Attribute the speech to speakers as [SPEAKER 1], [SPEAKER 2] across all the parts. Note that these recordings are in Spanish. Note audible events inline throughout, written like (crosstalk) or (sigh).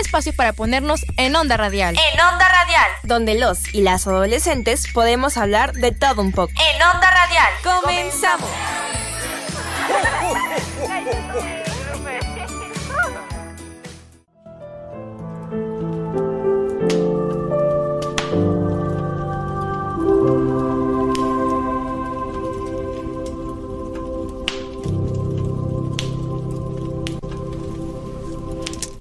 [SPEAKER 1] espacio para ponernos en onda radial.
[SPEAKER 2] En Onda Radial.
[SPEAKER 3] donde los y las adolescentes podemos hablar de todo un poco.
[SPEAKER 2] En Onda Radial.
[SPEAKER 3] ¡Comenzamos!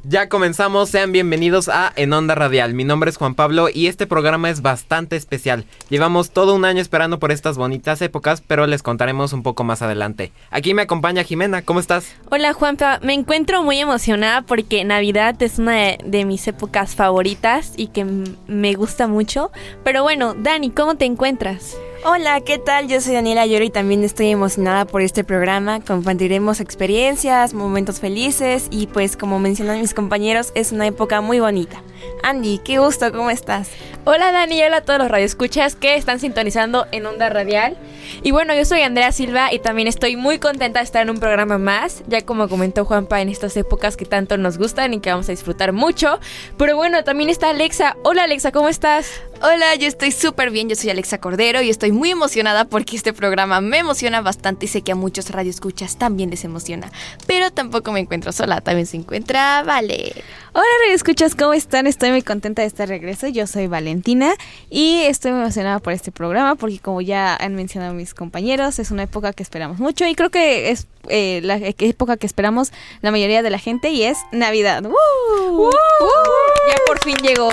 [SPEAKER 4] Ya comenzamos, sean bienvenidos a En Onda Radial. Mi nombre es Juan Pablo y este programa es bastante especial. Llevamos todo un año esperando por estas bonitas épocas, pero les contaremos un poco más adelante. Aquí me acompaña Jimena, ¿cómo estás?
[SPEAKER 5] Hola Juanpa, me encuentro muy emocionada porque Navidad es una de, de mis épocas favoritas y que m- me gusta mucho. Pero bueno, Dani, ¿cómo te encuentras?
[SPEAKER 3] Hola, ¿qué tal? Yo soy Daniela Lloro y también estoy emocionada por este programa. Compartiremos experiencias, momentos felices y pues como mencionan mis compañeros, es una época muy bonita. Andy, qué gusto, ¿cómo estás?
[SPEAKER 6] Hola Dani, y hola a todos los radioescuchas que están sintonizando en Onda Radial. Y bueno, yo soy Andrea Silva y también estoy muy contenta de estar en un programa más, ya como comentó Juanpa en estas épocas que tanto nos gustan y que vamos a disfrutar mucho. Pero bueno, también está Alexa. Hola Alexa, ¿cómo estás?
[SPEAKER 7] Hola, yo estoy súper bien, yo soy Alexa Cordero y estoy muy emocionada porque este programa me emociona bastante y sé que a muchos radioescuchas también les emociona. Pero tampoco me encuentro sola, también se encuentra Vale.
[SPEAKER 8] Hola, escuchas ¿cómo están? Estoy muy contenta de estar de regreso. Yo soy Valentina y estoy muy emocionada por este programa porque como ya han mencionado mis compañeros, es una época que esperamos mucho y creo que es eh, la e- época que esperamos la mayoría de la gente y es Navidad. ¡Woo!
[SPEAKER 6] Ya por fin llegó.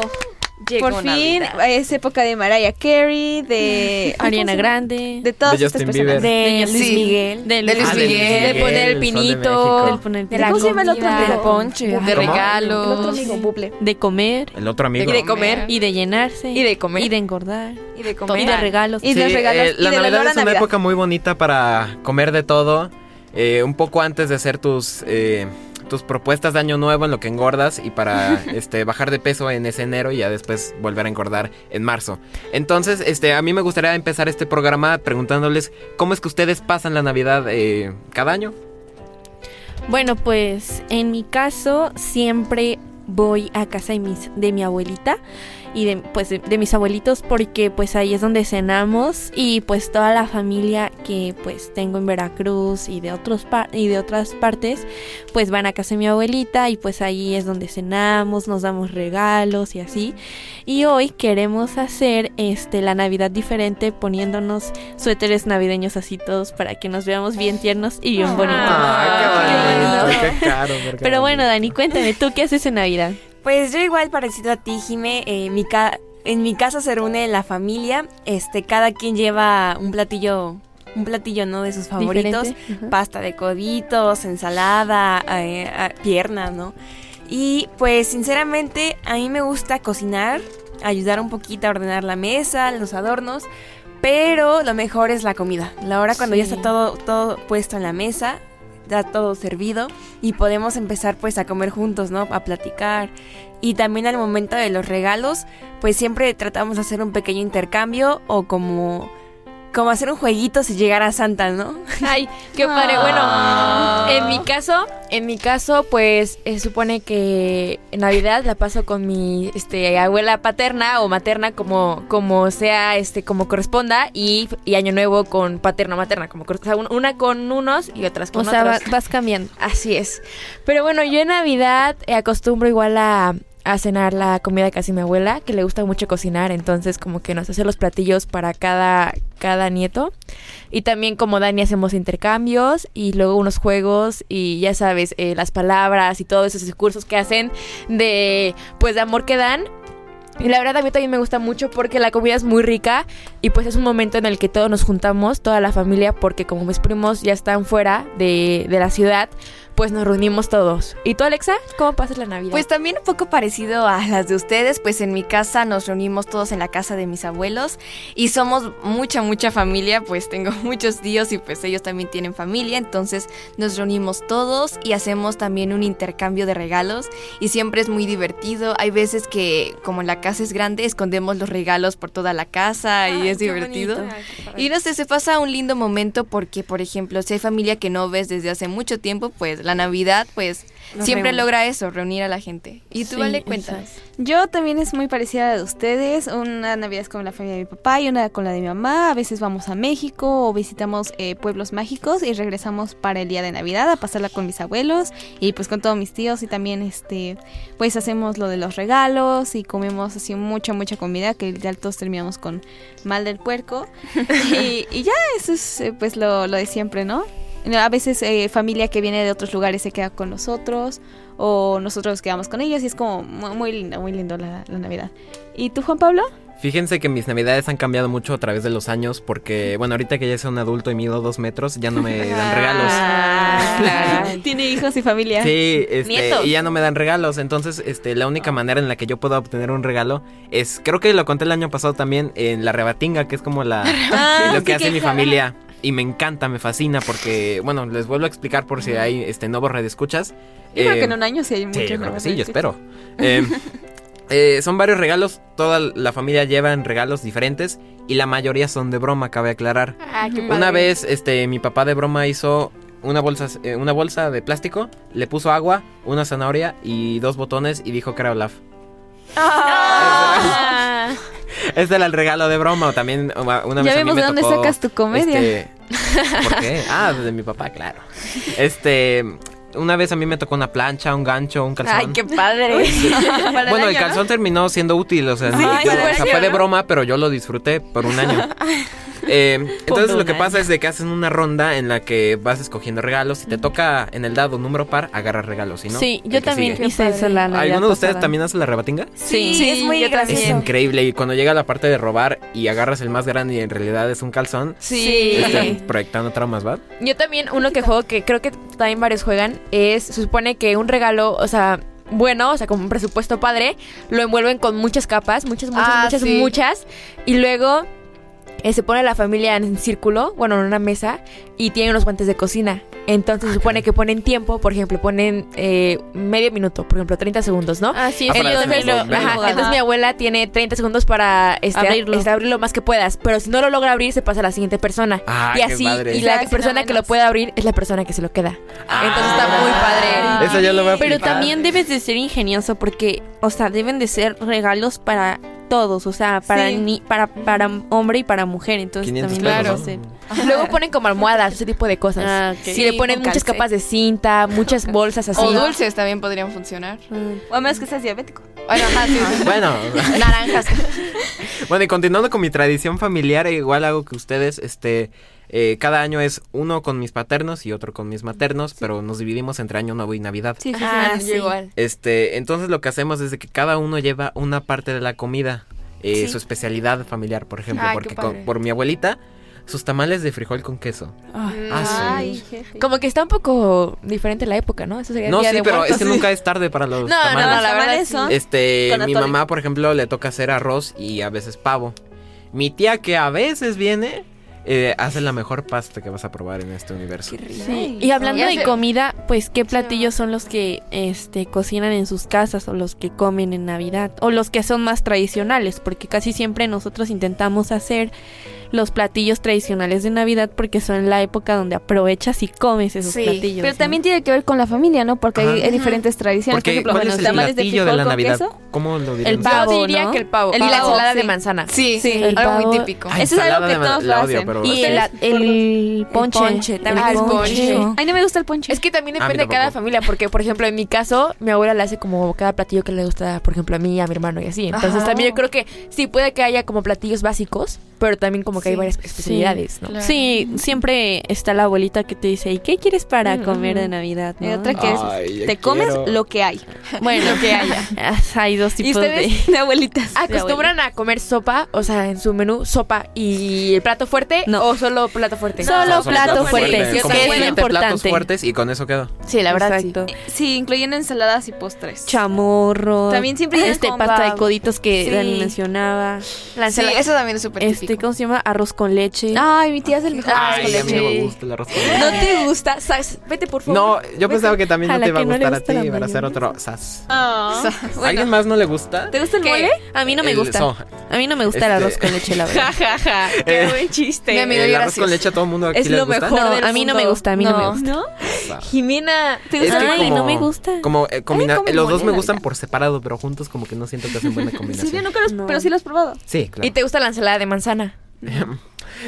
[SPEAKER 8] Por fin es época de Mariah Carey, de
[SPEAKER 5] (laughs) Ariana Grande,
[SPEAKER 8] de todas
[SPEAKER 4] De
[SPEAKER 8] estas
[SPEAKER 4] Justin
[SPEAKER 8] personas.
[SPEAKER 4] Bieber.
[SPEAKER 5] de Luis
[SPEAKER 7] Sí.
[SPEAKER 5] Miguel,
[SPEAKER 7] De Luis
[SPEAKER 4] Ah, de Luis
[SPEAKER 7] Miguel.
[SPEAKER 4] Miguel,
[SPEAKER 5] de poner el
[SPEAKER 4] Sol de
[SPEAKER 5] pinito,
[SPEAKER 4] México.
[SPEAKER 5] del poner el
[SPEAKER 3] De la
[SPEAKER 5] pinito,
[SPEAKER 3] ¿Cómo se llama el otro
[SPEAKER 5] comida,
[SPEAKER 3] amigo? Ponche.
[SPEAKER 7] De
[SPEAKER 4] ¿Cómo?
[SPEAKER 7] regalos.
[SPEAKER 8] El otro amigo, Buble.
[SPEAKER 5] de comer
[SPEAKER 4] El otro amigo.
[SPEAKER 5] y de comer y de llenarse
[SPEAKER 7] Y de comer.
[SPEAKER 5] y de engordar
[SPEAKER 7] Y de
[SPEAKER 5] y de regalos.
[SPEAKER 4] Sí,
[SPEAKER 8] Y de regalos
[SPEAKER 4] eh,
[SPEAKER 8] y
[SPEAKER 4] la
[SPEAKER 8] de la
[SPEAKER 4] Navidad
[SPEAKER 8] Lola
[SPEAKER 4] es una
[SPEAKER 8] Navidad.
[SPEAKER 4] época muy bonita para comer de todo. eh, un poco antes de hacer tus, eh, tus propuestas de año nuevo en lo que engordas y para este, bajar de peso en ese enero y ya después volver a engordar en marzo. Entonces, este, a mí me gustaría empezar este programa preguntándoles cómo es que ustedes pasan la Navidad eh, cada año.
[SPEAKER 5] Bueno, pues en mi caso siempre voy a casa de, mis, de mi abuelita y de, pues, de, de mis abuelitos porque pues ahí es donde cenamos y pues toda la familia que pues tengo en Veracruz y de, otros par- y de otras partes pues van a casa de mi abuelita y pues ahí es donde cenamos, nos damos regalos y así. Y hoy queremos hacer este la Navidad diferente poniéndonos suéteres navideños así todos para que nos veamos bien tiernos y bien bonitos.
[SPEAKER 4] Ah,
[SPEAKER 5] qué
[SPEAKER 4] qué bonito, qué caro, porque-
[SPEAKER 5] Pero bueno, Dani, cuéntame, ¿tú qué haces en Navidad?
[SPEAKER 3] Pues yo igual parecido a ti, Jime, eh, mi ca- en mi casa se reúne la familia, este, cada quien lleva un platillo, un platillo no de sus favoritos,
[SPEAKER 5] Diferente. Ajá.
[SPEAKER 3] pasta de coditos, ensalada, eh, ah, pierna, ¿no? Y pues sinceramente a mí me gusta cocinar, ayudar un poquito a ordenar la mesa, los adornos, pero lo mejor es la comida. La hora cuando ya
[SPEAKER 5] Sí.
[SPEAKER 3] está todo, todo puesto en la mesa, ya todo servido y podemos empezar pues a comer juntos, ¿no? A platicar. Y también al momento de los regalos, pues siempre tratamos de hacer un pequeño intercambio o como, como hacer un jueguito si llegara Santa, ¿no?
[SPEAKER 6] (laughs) Ay, qué padre.
[SPEAKER 5] Ah.
[SPEAKER 6] Bueno, en mi caso, en mi caso, pues eh, supone que en Navidad la paso con mi este abuela paterna o materna, como, como sea, este, como corresponda, y, y año nuevo con paterna o materna, como corre- o sea, un- una con unos y otras
[SPEAKER 5] O
[SPEAKER 6] con
[SPEAKER 5] sea, va-
[SPEAKER 6] otros.
[SPEAKER 5] vas cambiando.
[SPEAKER 6] Así es. Pero bueno, yo en Navidad eh, acostumbro igual a, a cenar la comida que hace mi abuela, que le gusta mucho cocinar, entonces como que nos hace los platillos para cada, cada nieto. Y también como Dani hacemos intercambios y luego unos juegos y ya sabes, eh, las palabras y todos esos discursos que hacen de, pues, de amor que dan. Y la verdad a mí también me gusta mucho porque la comida es muy rica y pues es un momento en el que todos nos juntamos, toda la familia, porque como mis primos ya están fuera de, de la ciudad, pues nos reunimos todos. ¿Y tú, Alexa? ¿Cómo pasas la Navidad?
[SPEAKER 7] Pues también un poco parecido a las de ustedes, pues en mi casa nos reunimos todos en la casa de mis abuelos y somos mucha, mucha familia, pues tengo (laughs) muchos tíos y pues ellos también tienen familia, entonces nos reunimos todos y hacemos también un intercambio de regalos y siempre es muy divertido. Hay veces que como la casa es grande, escondemos los regalos por toda la casa y es divertido. Y no sé, se pasa un lindo momento porque, por ejemplo, si hay familia que no ves desde hace mucho tiempo, pues la Navidad, pues
[SPEAKER 3] Nos
[SPEAKER 7] siempre
[SPEAKER 3] reunimos.
[SPEAKER 7] logra eso, reunir a la gente. Y tú,
[SPEAKER 5] Sí,
[SPEAKER 7] vale, cuenta.
[SPEAKER 8] Yo también es muy parecida a la de ustedes. Una Navidad es con la familia de mi papá y una con la de mi mamá. A veces vamos a México o visitamos eh, pueblos mágicos y regresamos para el día de Navidad a pasarla con mis abuelos y pues con todos mis tíos y también este pues hacemos lo de los regalos y comemos así mucha mucha comida que ya todos terminamos con mal del puerco y, y ya eso es eh, pues lo, lo de siempre, ¿no? A veces eh, familia que viene de otros lugares se queda con nosotros o nosotros quedamos con ellos y es como mu- muy lindo, muy lindo la, la Navidad. ¿Y tú, Juan Pablo?
[SPEAKER 4] Fíjense que mis navidades han cambiado mucho a través de los años porque, bueno, ahorita que ya soy un adulto y mido dos metros, ya no me dan regalos.
[SPEAKER 8] Ah, claro. (laughs) Tiene hijos y familia.
[SPEAKER 4] Sí, este,
[SPEAKER 5] Nietos.
[SPEAKER 4] y ya no me dan regalos. Entonces, este, la única manera en la que yo puedo obtener un regalo es, creo que lo conté el año pasado también, en la rebatinga, que es como la, lo que hace mi familia. Y me encanta, me fascina, porque, bueno, les vuelvo a explicar por si hay este nuevos redescuchas.
[SPEAKER 8] Yo creo que
[SPEAKER 4] Eh,
[SPEAKER 8] en un año sí hay muchos.
[SPEAKER 4] Sí, yo creo que
[SPEAKER 8] más
[SPEAKER 4] sí, yo
[SPEAKER 8] escuchas.
[SPEAKER 4] espero. Eh, (laughs) eh, son varios regalos, toda la familia llevan regalos diferentes y la mayoría son de broma, cabe aclarar. Una vez, este, mi papá de broma hizo una bolsa, eh, una bolsa de plástico, le puso agua, una zanahoria y dos botones y dijo que era Olaf. (laughs) Este era el regalo de broma, o también una una vez
[SPEAKER 8] Ah. Ya
[SPEAKER 4] a mí
[SPEAKER 8] vemos
[SPEAKER 4] me
[SPEAKER 8] de dónde
[SPEAKER 4] tocó,
[SPEAKER 8] sacas tu comedia.
[SPEAKER 4] este, ¿Por qué? Ah, de mi papá, claro. Este, una vez a mí me tocó una plancha, un gancho, un calzón.
[SPEAKER 7] padre.
[SPEAKER 4] Bueno, el calzón terminó siendo útil, o sea, sí,
[SPEAKER 7] Ay,
[SPEAKER 4] yo- o sea,
[SPEAKER 7] buenísimo.
[SPEAKER 4] fue de broma, pero yo lo disfruté por un año. Eh, entonces lo que pasa es de que hacen una ronda en la que vas escogiendo regalos. Si te toca en el dado número par, agarras regalos, si no,
[SPEAKER 5] sí,
[SPEAKER 4] el
[SPEAKER 5] yo
[SPEAKER 4] que
[SPEAKER 5] también
[SPEAKER 4] sigue.
[SPEAKER 5] hice eso la Navidad
[SPEAKER 4] ¿Alguno de ustedes
[SPEAKER 5] pasada.
[SPEAKER 4] también hace la rebatinga?
[SPEAKER 7] Sí, es muy
[SPEAKER 5] yo también.
[SPEAKER 4] Es
[SPEAKER 7] gracioso.
[SPEAKER 4] increíble y cuando llega la parte de robar y agarras el más grande y en realidad es un calzón,
[SPEAKER 5] Sí.
[SPEAKER 4] están proyectando traumas, ¿va?
[SPEAKER 6] Yo también, uno que juego que creo que también varios juegan, es, se supone que un regalo, o sea, bueno, o sea, con un presupuesto padre, lo envuelven con muchas capas, muchas, muchas,
[SPEAKER 7] Ah,
[SPEAKER 6] muchas,
[SPEAKER 7] sí.
[SPEAKER 6] muchas, y luego eh, se pone la familia en círculo, bueno, en una mesa, y tienen unos guantes de cocina.
[SPEAKER 5] Ah,
[SPEAKER 6] Entonces se supone que ponen tiempo, por ejemplo, ponen eh, medio minuto, por ejemplo, 30 segundos, ¿no?
[SPEAKER 5] Ah, sí,
[SPEAKER 4] Ah, para
[SPEAKER 5] yo
[SPEAKER 4] hacer
[SPEAKER 5] también lo-
[SPEAKER 4] volver.
[SPEAKER 6] Ajá,
[SPEAKER 5] ajá,
[SPEAKER 6] entonces mi abuela tiene 30 segundos para este,
[SPEAKER 5] Abrirlo.
[SPEAKER 6] este, abrir lo más que puedas, pero si no lo logra abrir se pasa a la siguiente persona.
[SPEAKER 4] Ah,
[SPEAKER 6] y
[SPEAKER 4] qué
[SPEAKER 6] así,
[SPEAKER 4] padre.
[SPEAKER 6] y la
[SPEAKER 8] Ya, si no
[SPEAKER 6] persona que lo
[SPEAKER 8] menos.
[SPEAKER 6] pueda abrir es la persona que se lo queda. Entonces está
[SPEAKER 4] Ah.
[SPEAKER 6] muy padre.
[SPEAKER 4] Eso yo lo voy a
[SPEAKER 5] Pero
[SPEAKER 4] flipar.
[SPEAKER 5] también debes de ser ingenioso porque, o sea, deben de ser regalos para todos, o sea, para
[SPEAKER 8] Sí.
[SPEAKER 5] ni, para para hombre y para mujer, entonces
[SPEAKER 4] 500
[SPEAKER 5] también
[SPEAKER 4] pesos,
[SPEAKER 5] debes
[SPEAKER 4] ¿no?
[SPEAKER 5] de ser-
[SPEAKER 6] Luego ponen como almohadas, ese tipo de cosas.
[SPEAKER 5] Ah, ok.
[SPEAKER 6] Si
[SPEAKER 7] Sí,
[SPEAKER 6] le ponen
[SPEAKER 7] con
[SPEAKER 6] muchas
[SPEAKER 7] calce.
[SPEAKER 6] capas de cinta, muchas bolsas así.
[SPEAKER 7] O dulces también podrían funcionar.
[SPEAKER 8] O a menos que seas diabético.
[SPEAKER 7] Bueno, ajá, sí, sí.
[SPEAKER 4] Bueno,
[SPEAKER 7] Naranjas.
[SPEAKER 4] bueno, y continuando con mi tradición familiar, igual hago que ustedes, este, eh, cada año es uno con mis paternos y otro con mis maternos, pero nos dividimos entre Año Nuevo y Navidad.
[SPEAKER 8] Sí, sí,
[SPEAKER 6] Ah,
[SPEAKER 8] sí.
[SPEAKER 6] sí. igual.
[SPEAKER 4] Este, entonces lo que hacemos es de que cada uno lleva una parte de la comida, eh, su especialidad familiar, por ejemplo,
[SPEAKER 7] Ay, qué
[SPEAKER 4] porque con-
[SPEAKER 7] padre.
[SPEAKER 4] por mi abuelita, sus tamales de frijol con queso. Ah, sí.
[SPEAKER 8] Ay, jefe.
[SPEAKER 6] Como que está un poco diferente la época, ¿no? Eso sería
[SPEAKER 4] No,
[SPEAKER 6] Día
[SPEAKER 4] sí,
[SPEAKER 6] de
[SPEAKER 4] pero
[SPEAKER 6] Muertos.
[SPEAKER 4] es que nunca es tarde para los
[SPEAKER 6] No, no,
[SPEAKER 4] tamales.
[SPEAKER 6] no, la verdad
[SPEAKER 8] Tamales
[SPEAKER 6] sí.
[SPEAKER 8] son-
[SPEAKER 4] Este,
[SPEAKER 8] Con
[SPEAKER 4] mi
[SPEAKER 8] atole.
[SPEAKER 4] mamá, por ejemplo, le toca hacer arroz y a veces pavo. Mi tía, que a veces viene, eh, hace la mejor pasta que vas a probar en este universo.
[SPEAKER 5] Sí. Y hablando
[SPEAKER 7] Ya
[SPEAKER 5] de
[SPEAKER 7] sé.
[SPEAKER 5] comida, pues qué platillos son los que este cocinan en sus casas o los que comen en Navidad o los que son más tradicionales, porque casi siempre nosotros intentamos hacer los platillos tradicionales de Navidad porque son la época donde aprovechas y comes esos
[SPEAKER 7] Sí,
[SPEAKER 5] platillos.
[SPEAKER 8] Pero
[SPEAKER 5] ¿no?
[SPEAKER 8] también tiene que ver con la familia, ¿no? Porque hay,
[SPEAKER 4] Ajá.
[SPEAKER 8] hay diferentes tradiciones.
[SPEAKER 4] Porque,
[SPEAKER 8] Por ejemplo,
[SPEAKER 4] ¿cuál
[SPEAKER 8] bueno,
[SPEAKER 4] es el
[SPEAKER 8] tamales de
[SPEAKER 4] platillo
[SPEAKER 8] frijol
[SPEAKER 4] de, la
[SPEAKER 8] con
[SPEAKER 4] Navidad?
[SPEAKER 8] queso.
[SPEAKER 4] ¿Cómo lo dirían?
[SPEAKER 5] El pavo,
[SPEAKER 6] Yo diría
[SPEAKER 5] ¿no?
[SPEAKER 6] que el pavo.
[SPEAKER 7] El
[SPEAKER 6] y la
[SPEAKER 7] pavo,
[SPEAKER 6] ensalada de
[SPEAKER 7] sí.
[SPEAKER 6] manzana.
[SPEAKER 7] Sí,
[SPEAKER 5] Sí. El
[SPEAKER 7] algo
[SPEAKER 5] pavo-
[SPEAKER 7] muy típico.
[SPEAKER 4] Ah,
[SPEAKER 8] Eso es
[SPEAKER 4] ensalada
[SPEAKER 8] algo que
[SPEAKER 4] de ma-
[SPEAKER 8] todos
[SPEAKER 4] la
[SPEAKER 8] lo
[SPEAKER 4] odio,
[SPEAKER 8] hacen.
[SPEAKER 4] pero- Ah,
[SPEAKER 5] Y el,
[SPEAKER 8] Ustedes-
[SPEAKER 5] el ponche.
[SPEAKER 6] ponche, también
[SPEAKER 5] El
[SPEAKER 6] es ponche.
[SPEAKER 8] Ay, no me gusta el ponche.
[SPEAKER 6] Es que también
[SPEAKER 4] A mí
[SPEAKER 6] depende de cada
[SPEAKER 4] tampoco.
[SPEAKER 6] familia, porque por ejemplo en mi caso, mi abuela le hace como cada platillo que le gusta, por ejemplo a mí, a mi hermano y así. Entonces
[SPEAKER 7] Ajá.
[SPEAKER 6] también yo creo que sí puede que haya como platillos básicos, pero también como que hay
[SPEAKER 7] Sí.
[SPEAKER 6] varias especialidades, ¿no?
[SPEAKER 7] Claro.
[SPEAKER 5] Sí, siempre está la abuelita que te dice, ¿y qué quieres para
[SPEAKER 6] Mm,
[SPEAKER 5] comer de
[SPEAKER 6] mm.
[SPEAKER 5] Navidad?
[SPEAKER 8] Y
[SPEAKER 5] no?" (laughs)
[SPEAKER 8] otra que es,
[SPEAKER 4] Ay, yo
[SPEAKER 8] te comes
[SPEAKER 4] quiero.
[SPEAKER 8] lo que hay. (laughs)
[SPEAKER 5] Bueno, que haya. Ah, Hay dos
[SPEAKER 8] Y
[SPEAKER 5] tipos de...
[SPEAKER 8] ustedes, de abuelitas.
[SPEAKER 6] ¿Acostumbran a comer sopa? O sea, en su menú, sopa y el plato fuerte
[SPEAKER 5] No.
[SPEAKER 6] o solo plato fuerte.
[SPEAKER 5] Solo
[SPEAKER 4] Son- son
[SPEAKER 5] plato
[SPEAKER 4] platos
[SPEAKER 5] fuerte,
[SPEAKER 4] fuertes,
[SPEAKER 5] que
[SPEAKER 4] como
[SPEAKER 5] es lo
[SPEAKER 4] siete platos
[SPEAKER 5] importante.
[SPEAKER 4] fuertes y con eso quedo.
[SPEAKER 6] Sí, la verdad. sí.
[SPEAKER 8] Sí, incluyendo ensaladas y postres.
[SPEAKER 5] Chamorro.
[SPEAKER 8] También siempre llegan
[SPEAKER 5] este
[SPEAKER 8] con
[SPEAKER 5] pasta de
[SPEAKER 8] bab-
[SPEAKER 5] coditos que
[SPEAKER 8] Sí.
[SPEAKER 5] Dani mencionaba.
[SPEAKER 7] Sí, eso también es súper
[SPEAKER 5] Este,
[SPEAKER 7] típico.
[SPEAKER 5] ¿cómo se llama? arroz con leche.
[SPEAKER 6] Ah.
[SPEAKER 8] Ay, mi tía es el
[SPEAKER 7] (laughs)
[SPEAKER 8] mejor.
[SPEAKER 7] Ah,
[SPEAKER 4] Ay,
[SPEAKER 8] arroz
[SPEAKER 4] a
[SPEAKER 8] con
[SPEAKER 4] mí
[SPEAKER 8] leche.
[SPEAKER 4] no me gusta el arroz con
[SPEAKER 6] No
[SPEAKER 4] leche.
[SPEAKER 6] te gusta, Sas, vete por favor.
[SPEAKER 4] No, yo pensaba que también no
[SPEAKER 5] Ojalá
[SPEAKER 4] te iba a
[SPEAKER 5] que no le
[SPEAKER 4] gustar a
[SPEAKER 5] guste la
[SPEAKER 4] ti para hacer
[SPEAKER 5] mayonesa.
[SPEAKER 4] otro sas.
[SPEAKER 8] Ah.
[SPEAKER 4] ¿Alguien más no le gusta?
[SPEAKER 5] ¿Te gusta el
[SPEAKER 8] ¿Qué?
[SPEAKER 5] mole? A mí no me
[SPEAKER 4] El
[SPEAKER 5] gusta.
[SPEAKER 4] soja.
[SPEAKER 5] A mí no me gusta el
[SPEAKER 4] Este-
[SPEAKER 5] arroz con leche, la
[SPEAKER 4] (laughs)
[SPEAKER 5] verdad.
[SPEAKER 8] Ja, ja, ja. Qué
[SPEAKER 4] Eh,
[SPEAKER 8] buen
[SPEAKER 7] mi
[SPEAKER 8] chiste.
[SPEAKER 7] amigo,
[SPEAKER 4] el arroz
[SPEAKER 7] gracias.
[SPEAKER 4] con leche a todo el mundo aquí
[SPEAKER 6] Es
[SPEAKER 4] les
[SPEAKER 6] lo
[SPEAKER 4] gusta.
[SPEAKER 6] mejor.
[SPEAKER 5] No,
[SPEAKER 6] del
[SPEAKER 5] a mí no me
[SPEAKER 6] mundo.
[SPEAKER 5] gusta, a mí no, me
[SPEAKER 7] No.
[SPEAKER 5] gusta.
[SPEAKER 6] ¿No? Jimena, ¿te
[SPEAKER 4] Es
[SPEAKER 6] gusta?
[SPEAKER 4] que
[SPEAKER 5] Ay,
[SPEAKER 4] como-
[SPEAKER 5] no me gusta.
[SPEAKER 4] Como eh, combina-
[SPEAKER 8] come
[SPEAKER 4] los
[SPEAKER 8] mole,
[SPEAKER 4] dos me
[SPEAKER 8] la
[SPEAKER 4] gustan por separado, pero juntos como que no siento que hacen buena
[SPEAKER 8] ¿En serio?
[SPEAKER 4] combinación.
[SPEAKER 8] Nunca los-
[SPEAKER 5] No.
[SPEAKER 8] Pero sí lo has probado.
[SPEAKER 4] Sí, claro.
[SPEAKER 6] ¿Y te gusta la ensalada de manzana?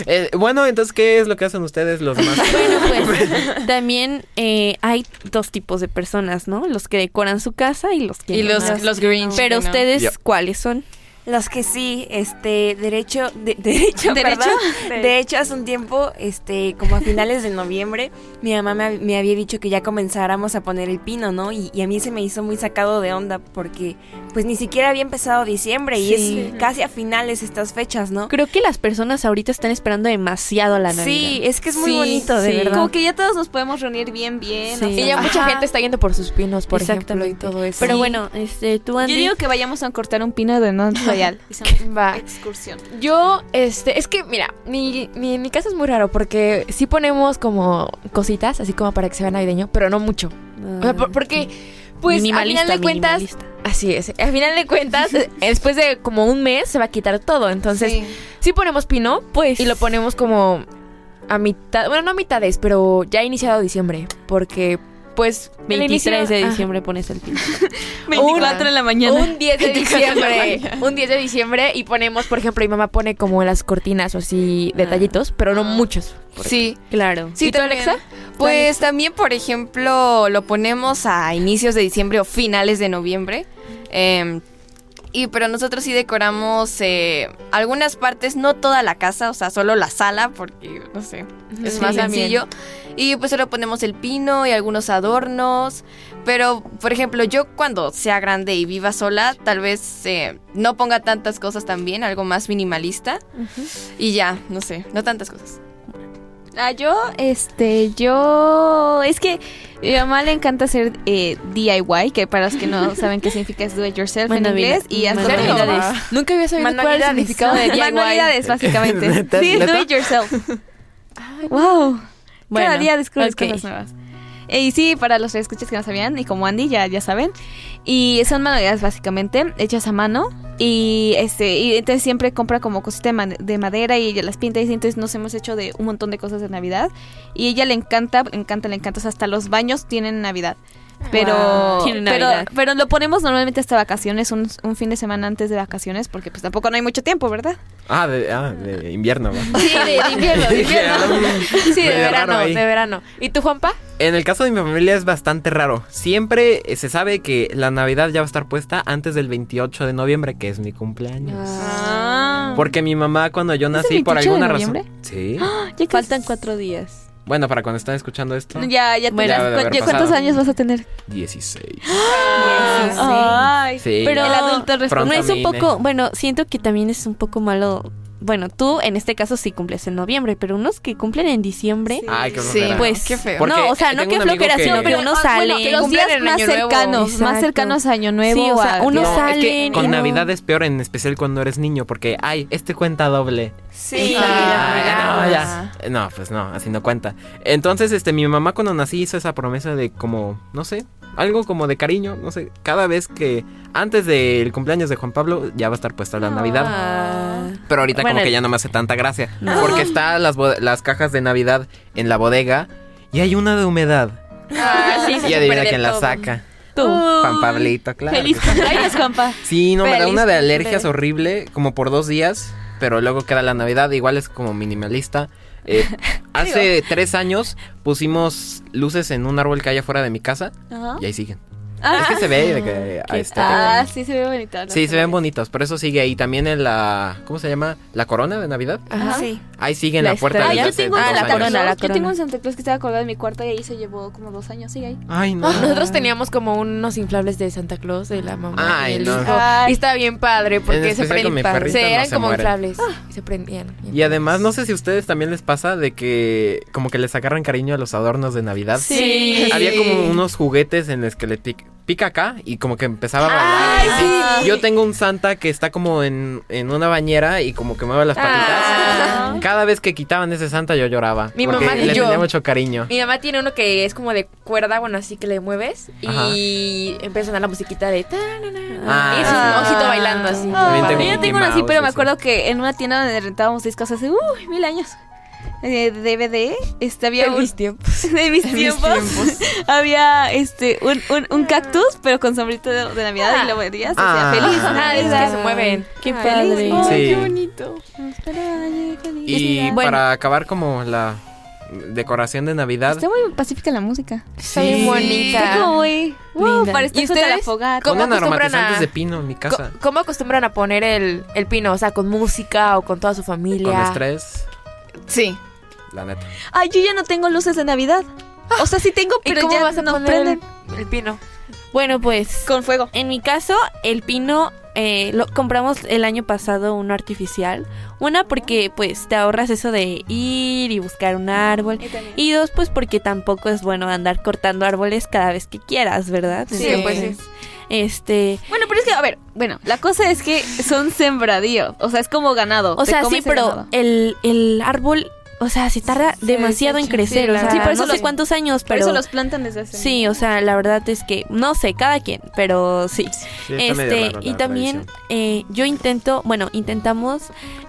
[SPEAKER 4] Eh, bueno, entonces, ¿qué es lo que hacen ustedes los más?
[SPEAKER 5] Bueno, pues también eh, hay dos tipos de personas, ¿no? Los que decoran su casa y los que
[SPEAKER 7] Y
[SPEAKER 5] no.
[SPEAKER 7] los, los Grinch.
[SPEAKER 5] Pero
[SPEAKER 7] que no.
[SPEAKER 5] ustedes,
[SPEAKER 4] Yo.
[SPEAKER 5] ¿cuáles son?
[SPEAKER 3] Los que sí, este, derecho, de- derecho,
[SPEAKER 8] ¿Derecho?
[SPEAKER 3] perdón. De hecho, hace un tiempo, este, como a finales de noviembre, mi mamá me, hab- me había dicho que ya comenzáramos a poner el pino, ¿no? Y, y a mí se me hizo muy sacado de onda porque, pues, ni siquiera había empezado diciembre y
[SPEAKER 5] Sí.
[SPEAKER 3] es casi a finales estas fechas, ¿no?
[SPEAKER 5] Creo que las personas ahorita están esperando demasiado la Navidad.
[SPEAKER 3] Sí, es que es muy
[SPEAKER 5] Sí,
[SPEAKER 3] bonito, de
[SPEAKER 5] sí.
[SPEAKER 3] verdad.
[SPEAKER 8] Como que ya todos nos podemos reunir bien, bien.
[SPEAKER 5] Sí.
[SPEAKER 8] o sea,
[SPEAKER 6] Y ya mucha
[SPEAKER 5] Ajá.
[SPEAKER 6] gente está yendo por sus pinos, por ejemplo, y
[SPEAKER 5] Exactamente.
[SPEAKER 6] todo eso.
[SPEAKER 5] Pero bueno, este, tú Andy.
[SPEAKER 8] Yo digo que vayamos a cortar un pino de non royal.
[SPEAKER 6] Va.
[SPEAKER 8] Excursión.
[SPEAKER 6] Yo, este, es que, mira, mi, mi, mi casa es muy raro porque sí ponemos como cositas, así como para que se vea navideño, pero no mucho. O sea, por- porque, pues, al
[SPEAKER 5] Minimalista,
[SPEAKER 6] final de cuentas,
[SPEAKER 5] minimalista.
[SPEAKER 6] así es, al final de (laughs) cuentas, eh, después de como un mes se va a quitar todo. Entonces, sí, ponemos pino
[SPEAKER 5] Pues.
[SPEAKER 6] y lo ponemos como a mitad, bueno, no a mitades, pero ya ha iniciado diciembre, porque, pues, el
[SPEAKER 5] 23 de
[SPEAKER 6] inicio- ajá.
[SPEAKER 5] diciembre pones el pino.
[SPEAKER 8] 24 en la mañana.
[SPEAKER 6] Un 10 de
[SPEAKER 8] 24 de
[SPEAKER 6] (laughs)
[SPEAKER 8] la
[SPEAKER 6] diciembre. Un 10 de diciembre y ponemos, por ejemplo, mi mamá pone como las cortinas o así detallitos, pero no muchos.
[SPEAKER 7] Sí.
[SPEAKER 5] Ah. Claro.
[SPEAKER 7] Sí,
[SPEAKER 6] ¿Y tú,
[SPEAKER 7] también.
[SPEAKER 6] Alexa?
[SPEAKER 7] Pues también, por ejemplo, lo ponemos a inicios de diciembre o finales de noviembre. Eh, y pero nosotros sí decoramos eh, algunas partes, no toda la casa, o sea, solo la sala, porque no sé, es
[SPEAKER 6] Sí,
[SPEAKER 7] más
[SPEAKER 6] también.
[SPEAKER 7] sencillo. Y pues solo ponemos el pino y algunos adornos. Pero, por ejemplo, yo cuando sea grande y viva sola, tal vez eh, no ponga tantas cosas también, algo más minimalista. Y ya, no sé, no tantas cosas.
[SPEAKER 8] Ah, yo, este, yo. Es que mi mamá le encanta hacer eh, DIY, que para los que no saben qué significa es do it yourself en
[SPEAKER 5] Manualidad-
[SPEAKER 8] inglés. Y hasta
[SPEAKER 5] manualidades. Ah.
[SPEAKER 8] manualidades.
[SPEAKER 6] Nunca había sabido cuál es el
[SPEAKER 8] Manualidades.
[SPEAKER 6] significado de DIY.
[SPEAKER 8] Manualidades, básicamente.
[SPEAKER 4] ¿Neta?
[SPEAKER 8] (laughs) sí, es do
[SPEAKER 4] ¿Neta?
[SPEAKER 8] it yourself. wow. Cada
[SPEAKER 5] Bueno,
[SPEAKER 8] día descubres
[SPEAKER 5] ok.
[SPEAKER 8] cosas nuevas. Eh, Y sí, para los escuchas que no sabían, y como Andy ya, ya saben, y son manualidades básicamente, hechas a mano, y este y entonces siempre compra como cositas de, man- de madera y ella las pinta, y así, entonces nos hemos hecho de un montón de cosas de Navidad, y ella le encanta, le encanta, le encanta, o sea, hasta los baños tienen Navidad. Pero,
[SPEAKER 5] Wow. Tienen
[SPEAKER 8] pero,
[SPEAKER 5] Navidad.
[SPEAKER 8] pero lo ponemos normalmente hasta vacaciones, un, un fin de semana antes de vacaciones, porque pues tampoco no hay mucho tiempo, ¿verdad?
[SPEAKER 4] Ah, de, ah, de invierno. va.
[SPEAKER 6] Sí, de,
[SPEAKER 4] (laughs)
[SPEAKER 6] de invierno, de
[SPEAKER 4] Dije,
[SPEAKER 6] invierno.
[SPEAKER 4] ah,
[SPEAKER 6] Sí, de
[SPEAKER 4] medio raro
[SPEAKER 6] verano,
[SPEAKER 4] ahí.
[SPEAKER 6] de verano. ¿Y tú, Juanpa?
[SPEAKER 4] En el caso de mi familia es bastante raro. Siempre eh, se sabe que la Navidad ya va a estar puesta antes del 28 de noviembre, que es mi cumpleaños.
[SPEAKER 5] Ah,
[SPEAKER 4] Porque mi mamá cuando yo
[SPEAKER 8] el
[SPEAKER 4] nací por
[SPEAKER 8] 28 de
[SPEAKER 4] alguna
[SPEAKER 8] noviembre?
[SPEAKER 4] razón... Sí.
[SPEAKER 8] Ya casi-
[SPEAKER 5] Faltan cuatro días.
[SPEAKER 4] Bueno, para cuando están escuchando esto,
[SPEAKER 8] Ya, ya,
[SPEAKER 4] Bueno,
[SPEAKER 8] tendrás-
[SPEAKER 4] ya debe haber
[SPEAKER 8] ¿cu- ¿Cuántos
[SPEAKER 4] pasado.
[SPEAKER 8] años vas a tener?
[SPEAKER 4] 16.
[SPEAKER 5] Ah,
[SPEAKER 6] Ah,
[SPEAKER 8] Ay,
[SPEAKER 4] Sí.
[SPEAKER 5] Pero
[SPEAKER 8] el adulto
[SPEAKER 5] no
[SPEAKER 4] Pronto
[SPEAKER 5] es un
[SPEAKER 4] mine.
[SPEAKER 5] poco, bueno, siento que también es un poco malo. Bueno, tú en este caso sí cumples en noviembre, pero unos que cumplen en diciembre,
[SPEAKER 4] Ay, qué
[SPEAKER 7] Sí,
[SPEAKER 4] flojera.
[SPEAKER 5] pues
[SPEAKER 7] Qué feo.
[SPEAKER 4] Porque
[SPEAKER 5] no, o sea,
[SPEAKER 4] tengo
[SPEAKER 5] no que
[SPEAKER 4] un amigo
[SPEAKER 5] flojera,
[SPEAKER 4] que-
[SPEAKER 5] sino que
[SPEAKER 4] Pero,
[SPEAKER 5] unos
[SPEAKER 8] ah,
[SPEAKER 5] salen.
[SPEAKER 8] bueno, los
[SPEAKER 6] Cumplen
[SPEAKER 8] días
[SPEAKER 6] en
[SPEAKER 8] más
[SPEAKER 6] Año Nuevo.
[SPEAKER 8] cercanos, más
[SPEAKER 5] Exacto.
[SPEAKER 8] cercanos a Año Nuevo.
[SPEAKER 5] Sí, o sea,
[SPEAKER 8] a-
[SPEAKER 5] uno
[SPEAKER 4] No, es que
[SPEAKER 5] salen.
[SPEAKER 4] con
[SPEAKER 5] no.
[SPEAKER 4] Navidad es peor, en especial cuando eres niño, porque, ay, este cuenta doble.
[SPEAKER 3] Sí.
[SPEAKER 4] Ay,
[SPEAKER 7] Ah,
[SPEAKER 4] no,
[SPEAKER 7] ya.
[SPEAKER 4] ya. No, pues no, así no cuenta. Entonces, este, mi mamá cuando nací hizo esa promesa de como, no sé, algo como de cariño, no sé, cada vez que antes del cumpleaños de Juan Pablo ya va a estar puesta la Navidad.
[SPEAKER 5] Ah,
[SPEAKER 4] Pero ahorita
[SPEAKER 5] Bueno,
[SPEAKER 4] como que ya no me hace tanta gracia, porque están las, bo- las cajas de Navidad en la bodega y hay una de humedad.
[SPEAKER 7] Ah, sí,
[SPEAKER 4] y adivina quién la saca.
[SPEAKER 5] tú.
[SPEAKER 4] Juan Pablito, claro.
[SPEAKER 8] (laughs) Feliz
[SPEAKER 4] que sí.
[SPEAKER 8] cumpleaños, Juanpa.
[SPEAKER 4] Sí, no, me da
[SPEAKER 7] Feliz
[SPEAKER 4] una de
[SPEAKER 7] cumple.
[SPEAKER 4] alergias horrible, como por dos días, pero luego queda la Navidad, igual es como minimalista.
[SPEAKER 5] (laughs)
[SPEAKER 4] Eh, hace tres años pusimos luces en un árbol que hay afuera de mi casa
[SPEAKER 5] Ah.
[SPEAKER 4] y ahí siguen. Es que se ve de
[SPEAKER 5] (laughs)
[SPEAKER 4] que ahí está.
[SPEAKER 8] Ah, sí, se ve bonita.
[SPEAKER 4] Sí, se ven bonitos, pero eso sigue ahí. También en la, ¿cómo se llama? La corona de Navidad.
[SPEAKER 6] Ah.
[SPEAKER 3] Ajá. Sí.
[SPEAKER 4] Ahí sigue en
[SPEAKER 5] La
[SPEAKER 4] la puerta.
[SPEAKER 5] estrella.
[SPEAKER 8] Ah,
[SPEAKER 4] desde hace
[SPEAKER 8] yo tengo,
[SPEAKER 4] dos
[SPEAKER 5] Ah, la
[SPEAKER 8] un
[SPEAKER 4] años.
[SPEAKER 8] Santa
[SPEAKER 5] corona,
[SPEAKER 8] Claus.
[SPEAKER 5] la
[SPEAKER 8] yo tengo
[SPEAKER 5] corona.
[SPEAKER 8] un Santa Claus que estaba colgado en mi cuarto y ahí se llevó como dos años, sigue ahí.
[SPEAKER 4] Ay,
[SPEAKER 5] Ah,
[SPEAKER 4] no.
[SPEAKER 6] Nosotros teníamos como unos inflables de Santa Claus, de la mamá.
[SPEAKER 4] Ay,
[SPEAKER 6] y el
[SPEAKER 4] no.
[SPEAKER 6] hijo. Y estaba bien padre
[SPEAKER 4] En
[SPEAKER 6] porque se
[SPEAKER 4] especial con mi
[SPEAKER 6] prendían.
[SPEAKER 4] perrito no
[SPEAKER 6] Se eran
[SPEAKER 4] se
[SPEAKER 6] como
[SPEAKER 4] mueren.
[SPEAKER 6] inflables.
[SPEAKER 5] Ah.
[SPEAKER 6] y se prendían.
[SPEAKER 4] Y además, no sé si a ustedes también les pasa de que como que les agarran cariño a los adornos de Navidad.
[SPEAKER 5] Sí.
[SPEAKER 4] Había como unos juguetes en los que le tic- pica acá y como que empezaba a
[SPEAKER 5] Ay,
[SPEAKER 4] bailar.
[SPEAKER 5] sí.
[SPEAKER 4] Yo tengo un Santa que está como en, en una bañera y como que mueve las patitas.
[SPEAKER 5] Ah.
[SPEAKER 4] Cada vez que quitaban ese Santa yo lloraba.
[SPEAKER 6] Mi
[SPEAKER 4] porque
[SPEAKER 6] mamá y
[SPEAKER 4] le
[SPEAKER 6] yo.
[SPEAKER 4] tenía mucho cariño.
[SPEAKER 6] Mi mamá tiene uno que es como de cuerda, bueno, así que le mueves
[SPEAKER 4] Ajá.
[SPEAKER 6] y empieza a sonar la musiquita de... tararara.
[SPEAKER 4] Ah.
[SPEAKER 6] y es un ojito bailando así.
[SPEAKER 5] Ah,
[SPEAKER 4] También tengo
[SPEAKER 8] Yo ya
[SPEAKER 4] Mickey
[SPEAKER 8] tengo uno así,
[SPEAKER 4] Mouse,
[SPEAKER 8] pero me
[SPEAKER 4] así.
[SPEAKER 8] acuerdo que en una tienda donde rentábamos discos hace uy, mil años. eh, DVD, este, había un-
[SPEAKER 6] tiempos.
[SPEAKER 8] (laughs) de mis tiempos, (laughs) había este un, un, un cactus, pero con sombrito de, de Navidad y lo vendías. O sea,
[SPEAKER 4] Ah.
[SPEAKER 8] feliz
[SPEAKER 4] Ah,
[SPEAKER 6] Ah, es
[SPEAKER 8] Navidad.
[SPEAKER 6] que se mueven.
[SPEAKER 8] Qué
[SPEAKER 6] padre.
[SPEAKER 8] Ay,
[SPEAKER 4] Sí.
[SPEAKER 8] qué bonito. Espera, ay, qué
[SPEAKER 4] Y
[SPEAKER 8] felicidad.
[SPEAKER 4] para acabar como la decoración de Navidad.
[SPEAKER 8] Está muy pacífica la música.
[SPEAKER 6] Está bien
[SPEAKER 4] Sí.
[SPEAKER 6] bonita.
[SPEAKER 5] Ah.
[SPEAKER 8] Está como muy. Wow,
[SPEAKER 6] Linda.
[SPEAKER 8] para estar
[SPEAKER 6] ¿Y
[SPEAKER 8] frente a la
[SPEAKER 6] ustedes?
[SPEAKER 8] fogata.
[SPEAKER 6] ¿Cómo
[SPEAKER 4] Ponen
[SPEAKER 6] acostumbran
[SPEAKER 4] aromatizantes
[SPEAKER 6] a-
[SPEAKER 4] de pino en mi
[SPEAKER 6] Co-
[SPEAKER 4] casa.
[SPEAKER 6] ¿Cómo acostumbran a poner el, el pino? O sea, con música o con toda su familia.
[SPEAKER 4] Con estrés,
[SPEAKER 7] Sí.
[SPEAKER 4] la neta.
[SPEAKER 8] Ay, yo ya no tengo luces de Navidad. O sea, sí tengo,
[SPEAKER 6] ¿Y
[SPEAKER 8] pero
[SPEAKER 6] cómo
[SPEAKER 8] ya
[SPEAKER 6] vas a
[SPEAKER 8] no
[SPEAKER 6] poner el,
[SPEAKER 8] prenden
[SPEAKER 6] el pino?
[SPEAKER 5] Bueno, pues
[SPEAKER 8] con fuego.
[SPEAKER 5] en mi caso, el pino eh, lo compramos el año pasado uno artificial. Una porque pues te ahorras eso de ir y buscar un árbol. Y dos, pues porque tampoco es bueno andar cortando árboles cada vez que quieras, ¿verdad?
[SPEAKER 6] Sí,
[SPEAKER 5] Entonces,
[SPEAKER 6] pues sí.
[SPEAKER 5] Este,
[SPEAKER 8] Bueno, pero es que, a ver, bueno, la cosa es que son sembradíos. O sea, es como ganado.
[SPEAKER 5] o
[SPEAKER 8] te
[SPEAKER 5] sea, sí,
[SPEAKER 8] comes el
[SPEAKER 5] pero
[SPEAKER 8] ganado.
[SPEAKER 5] el, el árbol, o sea, se tarda
[SPEAKER 8] Se
[SPEAKER 5] demasiado en
[SPEAKER 8] desecha.
[SPEAKER 5] crecer.
[SPEAKER 6] Sí,
[SPEAKER 5] o
[SPEAKER 6] la
[SPEAKER 5] sea,
[SPEAKER 6] verdad. Sí, por
[SPEAKER 8] eso
[SPEAKER 5] no sé
[SPEAKER 8] los-
[SPEAKER 5] cuántos años,
[SPEAKER 8] Por
[SPEAKER 5] pero...
[SPEAKER 8] eso los plantan desde hace.
[SPEAKER 5] Sí, o sea, la verdad es que no sé, cada quien, pero sí.
[SPEAKER 4] Sí, está medio
[SPEAKER 5] Este,
[SPEAKER 4] raro la
[SPEAKER 5] y también
[SPEAKER 4] tradición.
[SPEAKER 5] eh, yo intento, bueno, intentamos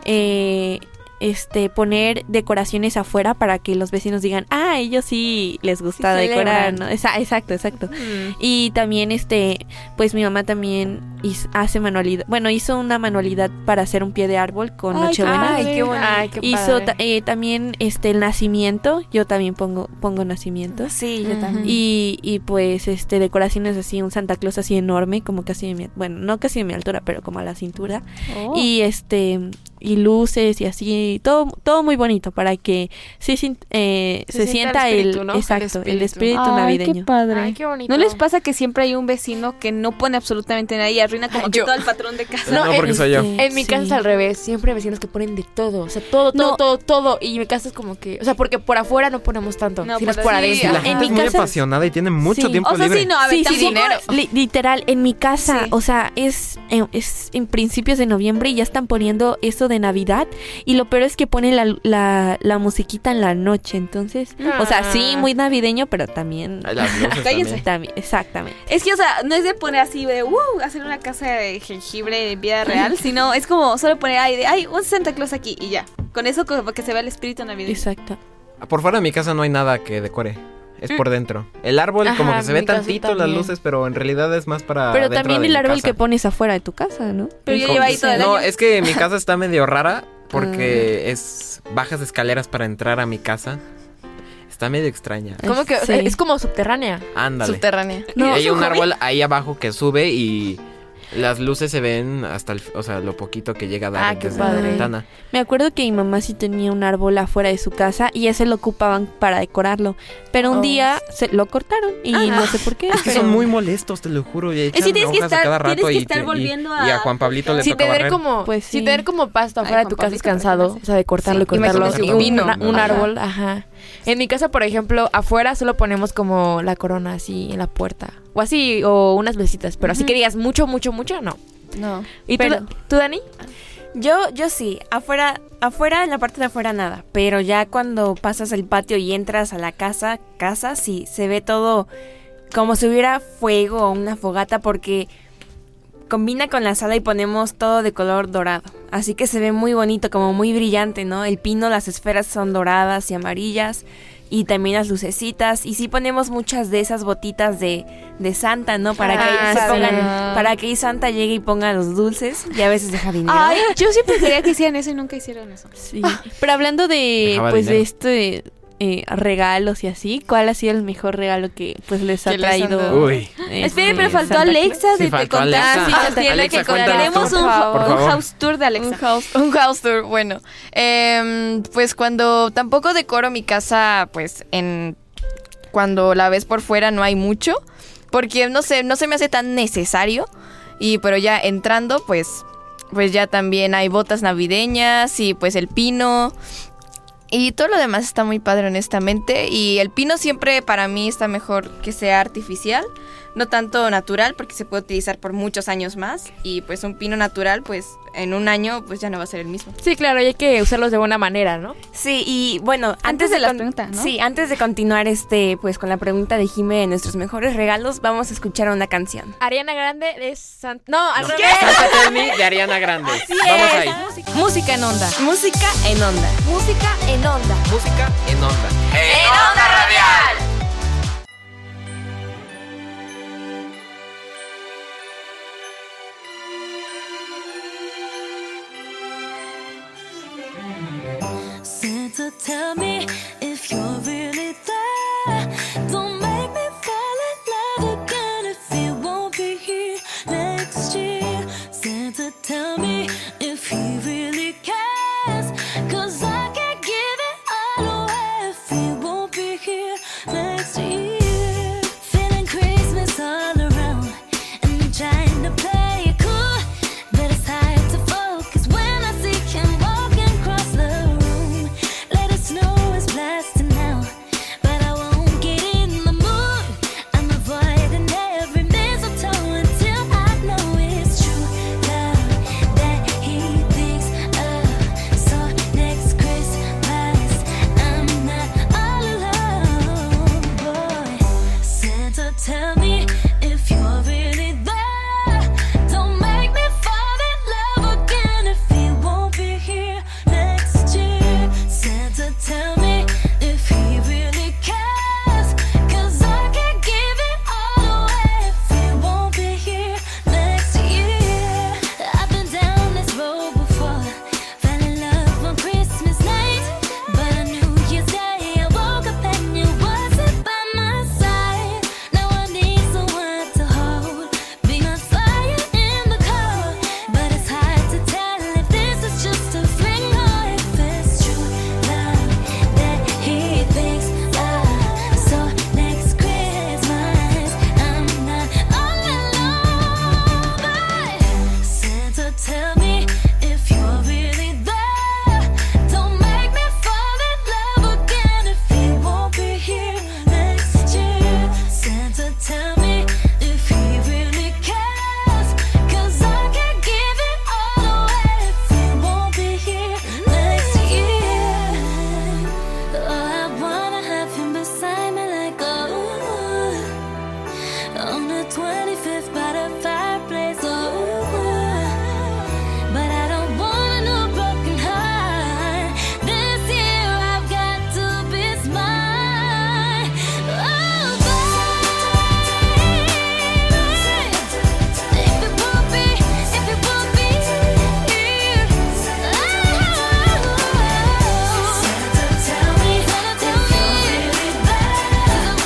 [SPEAKER 5] eh, este poner decoraciones afuera para que los vecinos digan, ah, ellos sí les gusta
[SPEAKER 6] Sí
[SPEAKER 5] decorar,
[SPEAKER 6] celebran.
[SPEAKER 5] ¿no? Esa- exacto, exacto.
[SPEAKER 8] Mm.
[SPEAKER 5] Y también, este, pues mi mamá también hiz- hace manualidad, bueno, hizo una manualidad para hacer un pie de árbol con
[SPEAKER 8] Ay,
[SPEAKER 5] Nochebuena.
[SPEAKER 8] Ay, qué
[SPEAKER 6] bueno.
[SPEAKER 5] Hizo ta- eh, también este el nacimiento, yo también pongo pongo nacimientos.
[SPEAKER 3] Sí,
[SPEAKER 6] yo también.
[SPEAKER 5] Y, y pues este decoraciones así, un Santa Claus así enorme, como casi de mi, bueno, no casi de mi altura, pero como a la cintura.
[SPEAKER 6] Oh.
[SPEAKER 5] Y este y luces y así, todo todo muy bonito para que sí sin- eh, se,
[SPEAKER 6] Se sienta
[SPEAKER 5] sienta
[SPEAKER 6] el
[SPEAKER 5] el,
[SPEAKER 6] espíritu, ¿no? El
[SPEAKER 5] exacto, el
[SPEAKER 6] espíritu.
[SPEAKER 5] espíritu
[SPEAKER 8] qué
[SPEAKER 5] navideño.
[SPEAKER 8] padre.
[SPEAKER 6] Ay, qué bonito.
[SPEAKER 8] ¿No les pasa que siempre hay un vecino que no pone absolutamente nada y arruina como que todo el patrón de casa?
[SPEAKER 4] No,
[SPEAKER 6] No,
[SPEAKER 4] porque soy yo.
[SPEAKER 5] Este,
[SPEAKER 6] En mi casa
[SPEAKER 5] sí.
[SPEAKER 6] es al revés, siempre hay vecinos que ponen de todo, o sea, todo, todo,
[SPEAKER 5] No.
[SPEAKER 6] todo, todo. Y mi casa es como que, o sea, porque por afuera no ponemos tanto,
[SPEAKER 8] No,
[SPEAKER 6] sino es
[SPEAKER 8] por
[SPEAKER 6] por
[SPEAKER 8] así,
[SPEAKER 4] Sí,
[SPEAKER 6] adentro.
[SPEAKER 4] la
[SPEAKER 5] en
[SPEAKER 4] gente
[SPEAKER 5] mi
[SPEAKER 4] es muy
[SPEAKER 5] casa-
[SPEAKER 4] apasionada y tiene mucho
[SPEAKER 5] Sí.
[SPEAKER 4] tiempo
[SPEAKER 8] O sea,
[SPEAKER 4] libre.
[SPEAKER 8] sí, no, a ver,
[SPEAKER 5] Sí, sí,
[SPEAKER 8] tampoco-
[SPEAKER 5] dinero. Li- literal, en mi casa,
[SPEAKER 8] Sí.
[SPEAKER 5] o sea, es en, es en principios de noviembre y ya están poniendo eso de Navidad. Y lo peor es que ponen la, la, la musiquita en la noche, entonces. O sea, sí, muy navideño, pero también.
[SPEAKER 4] Ay, las luces
[SPEAKER 8] Cállense.
[SPEAKER 5] también exactamente.
[SPEAKER 8] Es que, o sea, no es de poner así de, uh, hacer una casa de jengibre en vida real, sino es como solo poner, ay, de, ay, un Santa Claus aquí y ya. Con eso como que se vea el espíritu navideño.
[SPEAKER 5] Exacto.
[SPEAKER 4] también. Por fuera de mi casa no hay nada que decore. Es por dentro. El árbol como
[SPEAKER 6] Ajá,
[SPEAKER 4] que se ve
[SPEAKER 6] mi casa
[SPEAKER 4] tantito las
[SPEAKER 6] también.
[SPEAKER 4] luces, pero en realidad es más para
[SPEAKER 5] Pero
[SPEAKER 4] Ah, dentro
[SPEAKER 5] también
[SPEAKER 4] de
[SPEAKER 5] el
[SPEAKER 4] mi
[SPEAKER 5] árbol
[SPEAKER 4] casa.
[SPEAKER 5] que pones afuera de tu casa, ¿no?
[SPEAKER 8] Pero yo
[SPEAKER 4] Como-
[SPEAKER 8] llevo ahí todo el
[SPEAKER 4] No,
[SPEAKER 8] año.
[SPEAKER 4] es que mi casa está medio rara porque es bajas escaleras para entrar a mi casa. Está medio extraña.
[SPEAKER 6] Como que o sea,
[SPEAKER 5] Sí.
[SPEAKER 6] es como subterránea.
[SPEAKER 4] Ándale.
[SPEAKER 7] Subterránea.
[SPEAKER 4] Y
[SPEAKER 5] No,
[SPEAKER 4] hay un árbol ahí abajo que sube y las luces se ven hasta el, o sea, lo poquito que llega a dar
[SPEAKER 6] Ah, qué
[SPEAKER 4] desde la
[SPEAKER 6] padre.
[SPEAKER 4] ventana.
[SPEAKER 5] Me acuerdo que mi mamá sí tenía un árbol afuera de su casa y ese lo ocupaban para decorarlo. Pero un
[SPEAKER 6] Oh.
[SPEAKER 5] día se lo cortaron y no sé por qué.
[SPEAKER 4] Es que son muy molestos, te lo juro. Y echan
[SPEAKER 8] sí, tienes que
[SPEAKER 4] hojas a
[SPEAKER 8] estar-
[SPEAKER 4] cada rato
[SPEAKER 8] tienes que
[SPEAKER 4] y,
[SPEAKER 8] estar
[SPEAKER 4] y-
[SPEAKER 8] volviendo
[SPEAKER 4] y a
[SPEAKER 8] a
[SPEAKER 4] Juan Pablito le
[SPEAKER 6] Si
[SPEAKER 4] toca
[SPEAKER 6] tener
[SPEAKER 4] barrer.
[SPEAKER 6] como,
[SPEAKER 5] Pues
[SPEAKER 6] si
[SPEAKER 5] sí.
[SPEAKER 6] tener como pasto afuera
[SPEAKER 8] Ay,
[SPEAKER 6] de tu
[SPEAKER 8] Juan
[SPEAKER 6] casa es
[SPEAKER 8] Pablito,
[SPEAKER 6] cansado,
[SPEAKER 8] imagínate.
[SPEAKER 6] o sea, de cortarlo y cortarlo.
[SPEAKER 4] imagínate
[SPEAKER 6] Y
[SPEAKER 4] un
[SPEAKER 6] un,
[SPEAKER 4] pino.
[SPEAKER 6] una- un
[SPEAKER 4] Ajá.
[SPEAKER 6] árbol, ajá. En mi casa, por ejemplo, afuera solo ponemos como la corona así en la puerta. O así, o unas besitas. Pero así que digas mucho, mucho, mucho, no.
[SPEAKER 7] No.
[SPEAKER 6] ¿Y tú,
[SPEAKER 5] Pero-
[SPEAKER 6] tú, Dani?
[SPEAKER 3] Yo, yo sí, afuera, afuera, en la parte de afuera nada, pero ya cuando pasas el patio y entras a la casa, casa, sí, se ve todo como si hubiera fuego o una fogata porque combina con la sala y ponemos todo de color dorado. Así que se ve muy bonito, como muy brillante, ¿no? El pino, las esferas son doradas y amarillas y también las lucecitas y sí ponemos muchas de esas botitas de, de Santa, ¿no? Para que
[SPEAKER 6] Ah,
[SPEAKER 3] se
[SPEAKER 6] sí.
[SPEAKER 3] pongan, para que ahí Santa llegue y ponga los dulces y a veces deja dinero.
[SPEAKER 8] Ay, yo siempre quería que hicieran eso y nunca hicieron eso.
[SPEAKER 5] Sí. Ah, Pero hablando de
[SPEAKER 4] Dejaba
[SPEAKER 5] pues de
[SPEAKER 4] dinero.
[SPEAKER 5] este eh, regalos y así, ¿cuál ha sido el mejor regalo que pues les ha
[SPEAKER 7] Que les han dado.
[SPEAKER 5] traído?
[SPEAKER 4] Uy,
[SPEAKER 5] este,
[SPEAKER 8] Espere, pero faltó
[SPEAKER 5] Santa Claus?
[SPEAKER 8] Alexa
[SPEAKER 4] Sí,
[SPEAKER 8] de te
[SPEAKER 4] faltó
[SPEAKER 8] contar.
[SPEAKER 4] Alexa.
[SPEAKER 8] Sí, tiene
[SPEAKER 4] Alexa,
[SPEAKER 8] que
[SPEAKER 4] cuéntanos
[SPEAKER 8] contar. Queremos
[SPEAKER 4] tú,
[SPEAKER 8] un,
[SPEAKER 4] por
[SPEAKER 8] un
[SPEAKER 4] favor.
[SPEAKER 8] house tour de
[SPEAKER 7] Un
[SPEAKER 8] Alexa.
[SPEAKER 7] house, un house tour, bueno. Em, pues cuando tampoco decoro mi casa, pues en cuando la ves por fuera no hay mucho, porque no sé, no se me hace tan necesario. Y pero ya entrando, pues pues ya también hay botas navideñas y pues el pino y todo lo demás está muy padre honestamente y el pino siempre para mí está mejor que sea artificial no tanto natural porque se puede utilizar por muchos años más y pues un pino natural pues en un año pues ya no va a ser el mismo.
[SPEAKER 6] Sí, claro, y hay que usarlos de buena manera, ¿no?
[SPEAKER 3] Sí, y bueno, antes,
[SPEAKER 8] Antes de la
[SPEAKER 3] con-
[SPEAKER 8] pregunta, ¿no?
[SPEAKER 3] Sí, antes de continuar este, pues con la pregunta de Jime de nuestros mejores regalos, vamos a escuchar una canción.
[SPEAKER 6] Ariana Grande es San- No, al
[SPEAKER 4] No,
[SPEAKER 6] revés.
[SPEAKER 4] Santa Tell Me de Ariana Grande. Vamos ahí.
[SPEAKER 1] Música en onda.
[SPEAKER 3] Música en onda.
[SPEAKER 1] Música en onda.
[SPEAKER 4] Música en onda.
[SPEAKER 2] Santa, tell me if you're really there. Don't make me fall in love again if you won't be here next year. Santa, tell me if he really cares. Cause I can't give it all away if he won't be here next year. Feeling Christmas all around. And I'm trying to play it cool. But it's hard to focus when I see him walking across the room. Let it snow is blasting now. But I won't get in the mood. I'm avoiding every mistletoe until I know it's true. Love that he thinks of. So next Christmas, I'm not all alone, boy. Santa, tell me if you're really there. Don't make me fall in love again if he won't be here next year. Santa, tell me if he really cares. Cause I can't give it all away if he won't be here next year. I've been down this road before. Fell in love on Christmas night. But on New Year's Day, I woke up and you wasn't by my side. Now I need someone to hold. Be my fire in the cold. But it's hard to tell if this is just a fling or if it's true love that he thinks of. So next Christmas, I'm not all alone. But Santa, tell me if you're really there. Don't make me fall in love again if he won't be here next year. Santa, tell me if he really cares. Cause I can't give it all away if he won't be here next year. Oh, I wanna have him beside me like oh. On the 25th by the fireplace, oh. But I don't want a new broken heart. This year I've got to be smart. Oh, baby. If it won't be, if it won't be here. Oh. Santa, tell me, tell me. Don't make me fall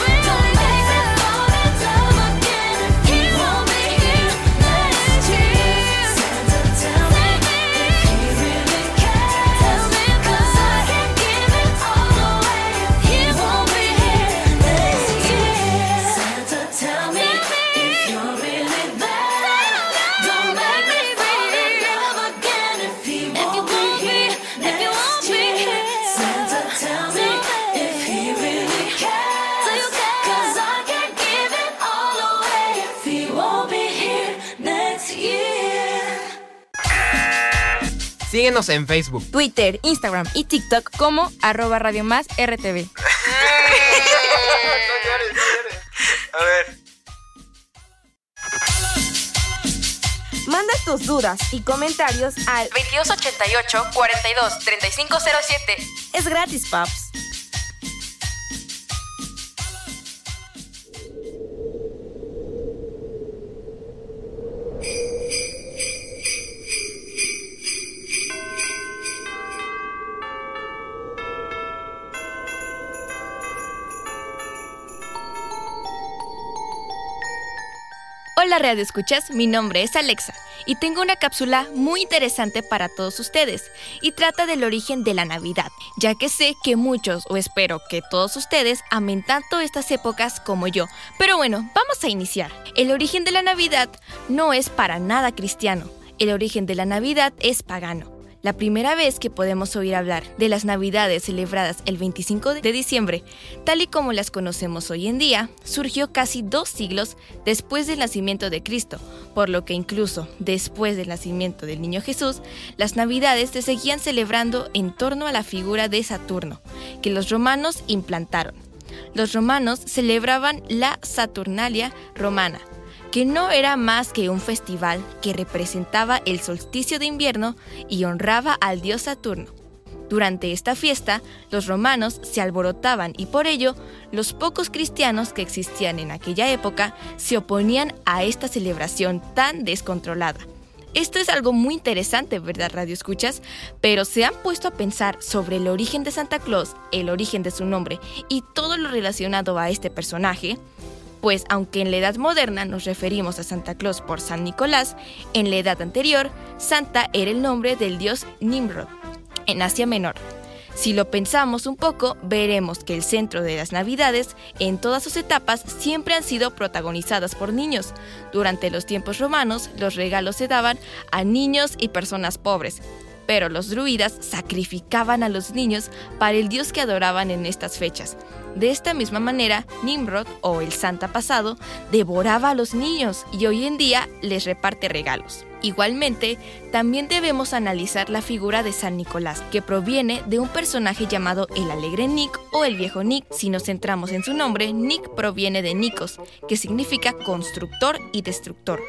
[SPEAKER 2] in love again. He won't be here next year. Santa, tell me if he really cares. Tell me 'cause I can't give it all away. He won't be here next year. Santa, tell me if you're really there. Don't make me fall in love again if he won't be here next year. Santa, tell me if he really cares. 'Cause I can't give it all away if he won't be here next year.
[SPEAKER 4] Síguenos en Facebook.
[SPEAKER 1] Twitter, Instagram y TikTok como arroba radio más RTV.
[SPEAKER 9] Manda tus dudas y comentarios al
[SPEAKER 1] 2288 42 3507.
[SPEAKER 9] Es gratis, Paps.
[SPEAKER 7] Hola Radio Escuchas, mi nombre es Alexa y tengo una cápsula muy interesante para todos ustedes y trata del origen de la Navidad, ya que sé que muchos o espero que todos ustedes amen tanto estas épocas como yo. Pero bueno, vamos a iniciar. El origen de la Navidad no es para nada cristiano, el origen de la Navidad es pagano. la primera vez que podemos oír hablar de las Navidades celebradas el 25 de diciembre, tal y como las conocemos hoy en día, surgió casi dos siglos después del nacimiento de Cristo, por lo que incluso después del nacimiento del niño Jesús, las Navidades se seguían celebrando en torno a la figura de Saturno, que los romanos implantaron. Los romanos celebraban la Saturnalia romana, que no era más que un festival que representaba el solsticio de invierno y honraba al dios Saturno. Durante esta fiesta, los romanos se alborotaban y por ello, los pocos cristianos que existían en aquella época se oponían a esta celebración tan descontrolada. Esto es algo muy interesante, ¿verdad, Radio Escuchas? Pero se han puesto a pensar sobre el origen de Santa Claus, el origen de su nombre y todo lo relacionado a este personaje. Pues aunque en la edad moderna nos referimos a Santa Claus por San Nicolás, en la edad anterior, Santa era el nombre del dios Nimrod, en Asia Menor. Si lo pensamos un poco, veremos que el centro de las Navidades, en todas sus etapas, siempre han sido protagonizadas por niños. Durante los tiempos romanos, los regalos se daban a niños y personas pobres, pero los druidas sacrificaban a los niños para el dios que adoraban en estas fechas. De esta misma manera, Nimrod, o el Santa pasado, devoraba a los niños y hoy en día les reparte regalos. Igualmente, también debemos analizar la figura de San Nicolás, que proviene de un personaje llamado el alegre Nick o el viejo Nick. Si nos centramos en su nombre, Nick proviene de Nikos, que significa constructor y destructor,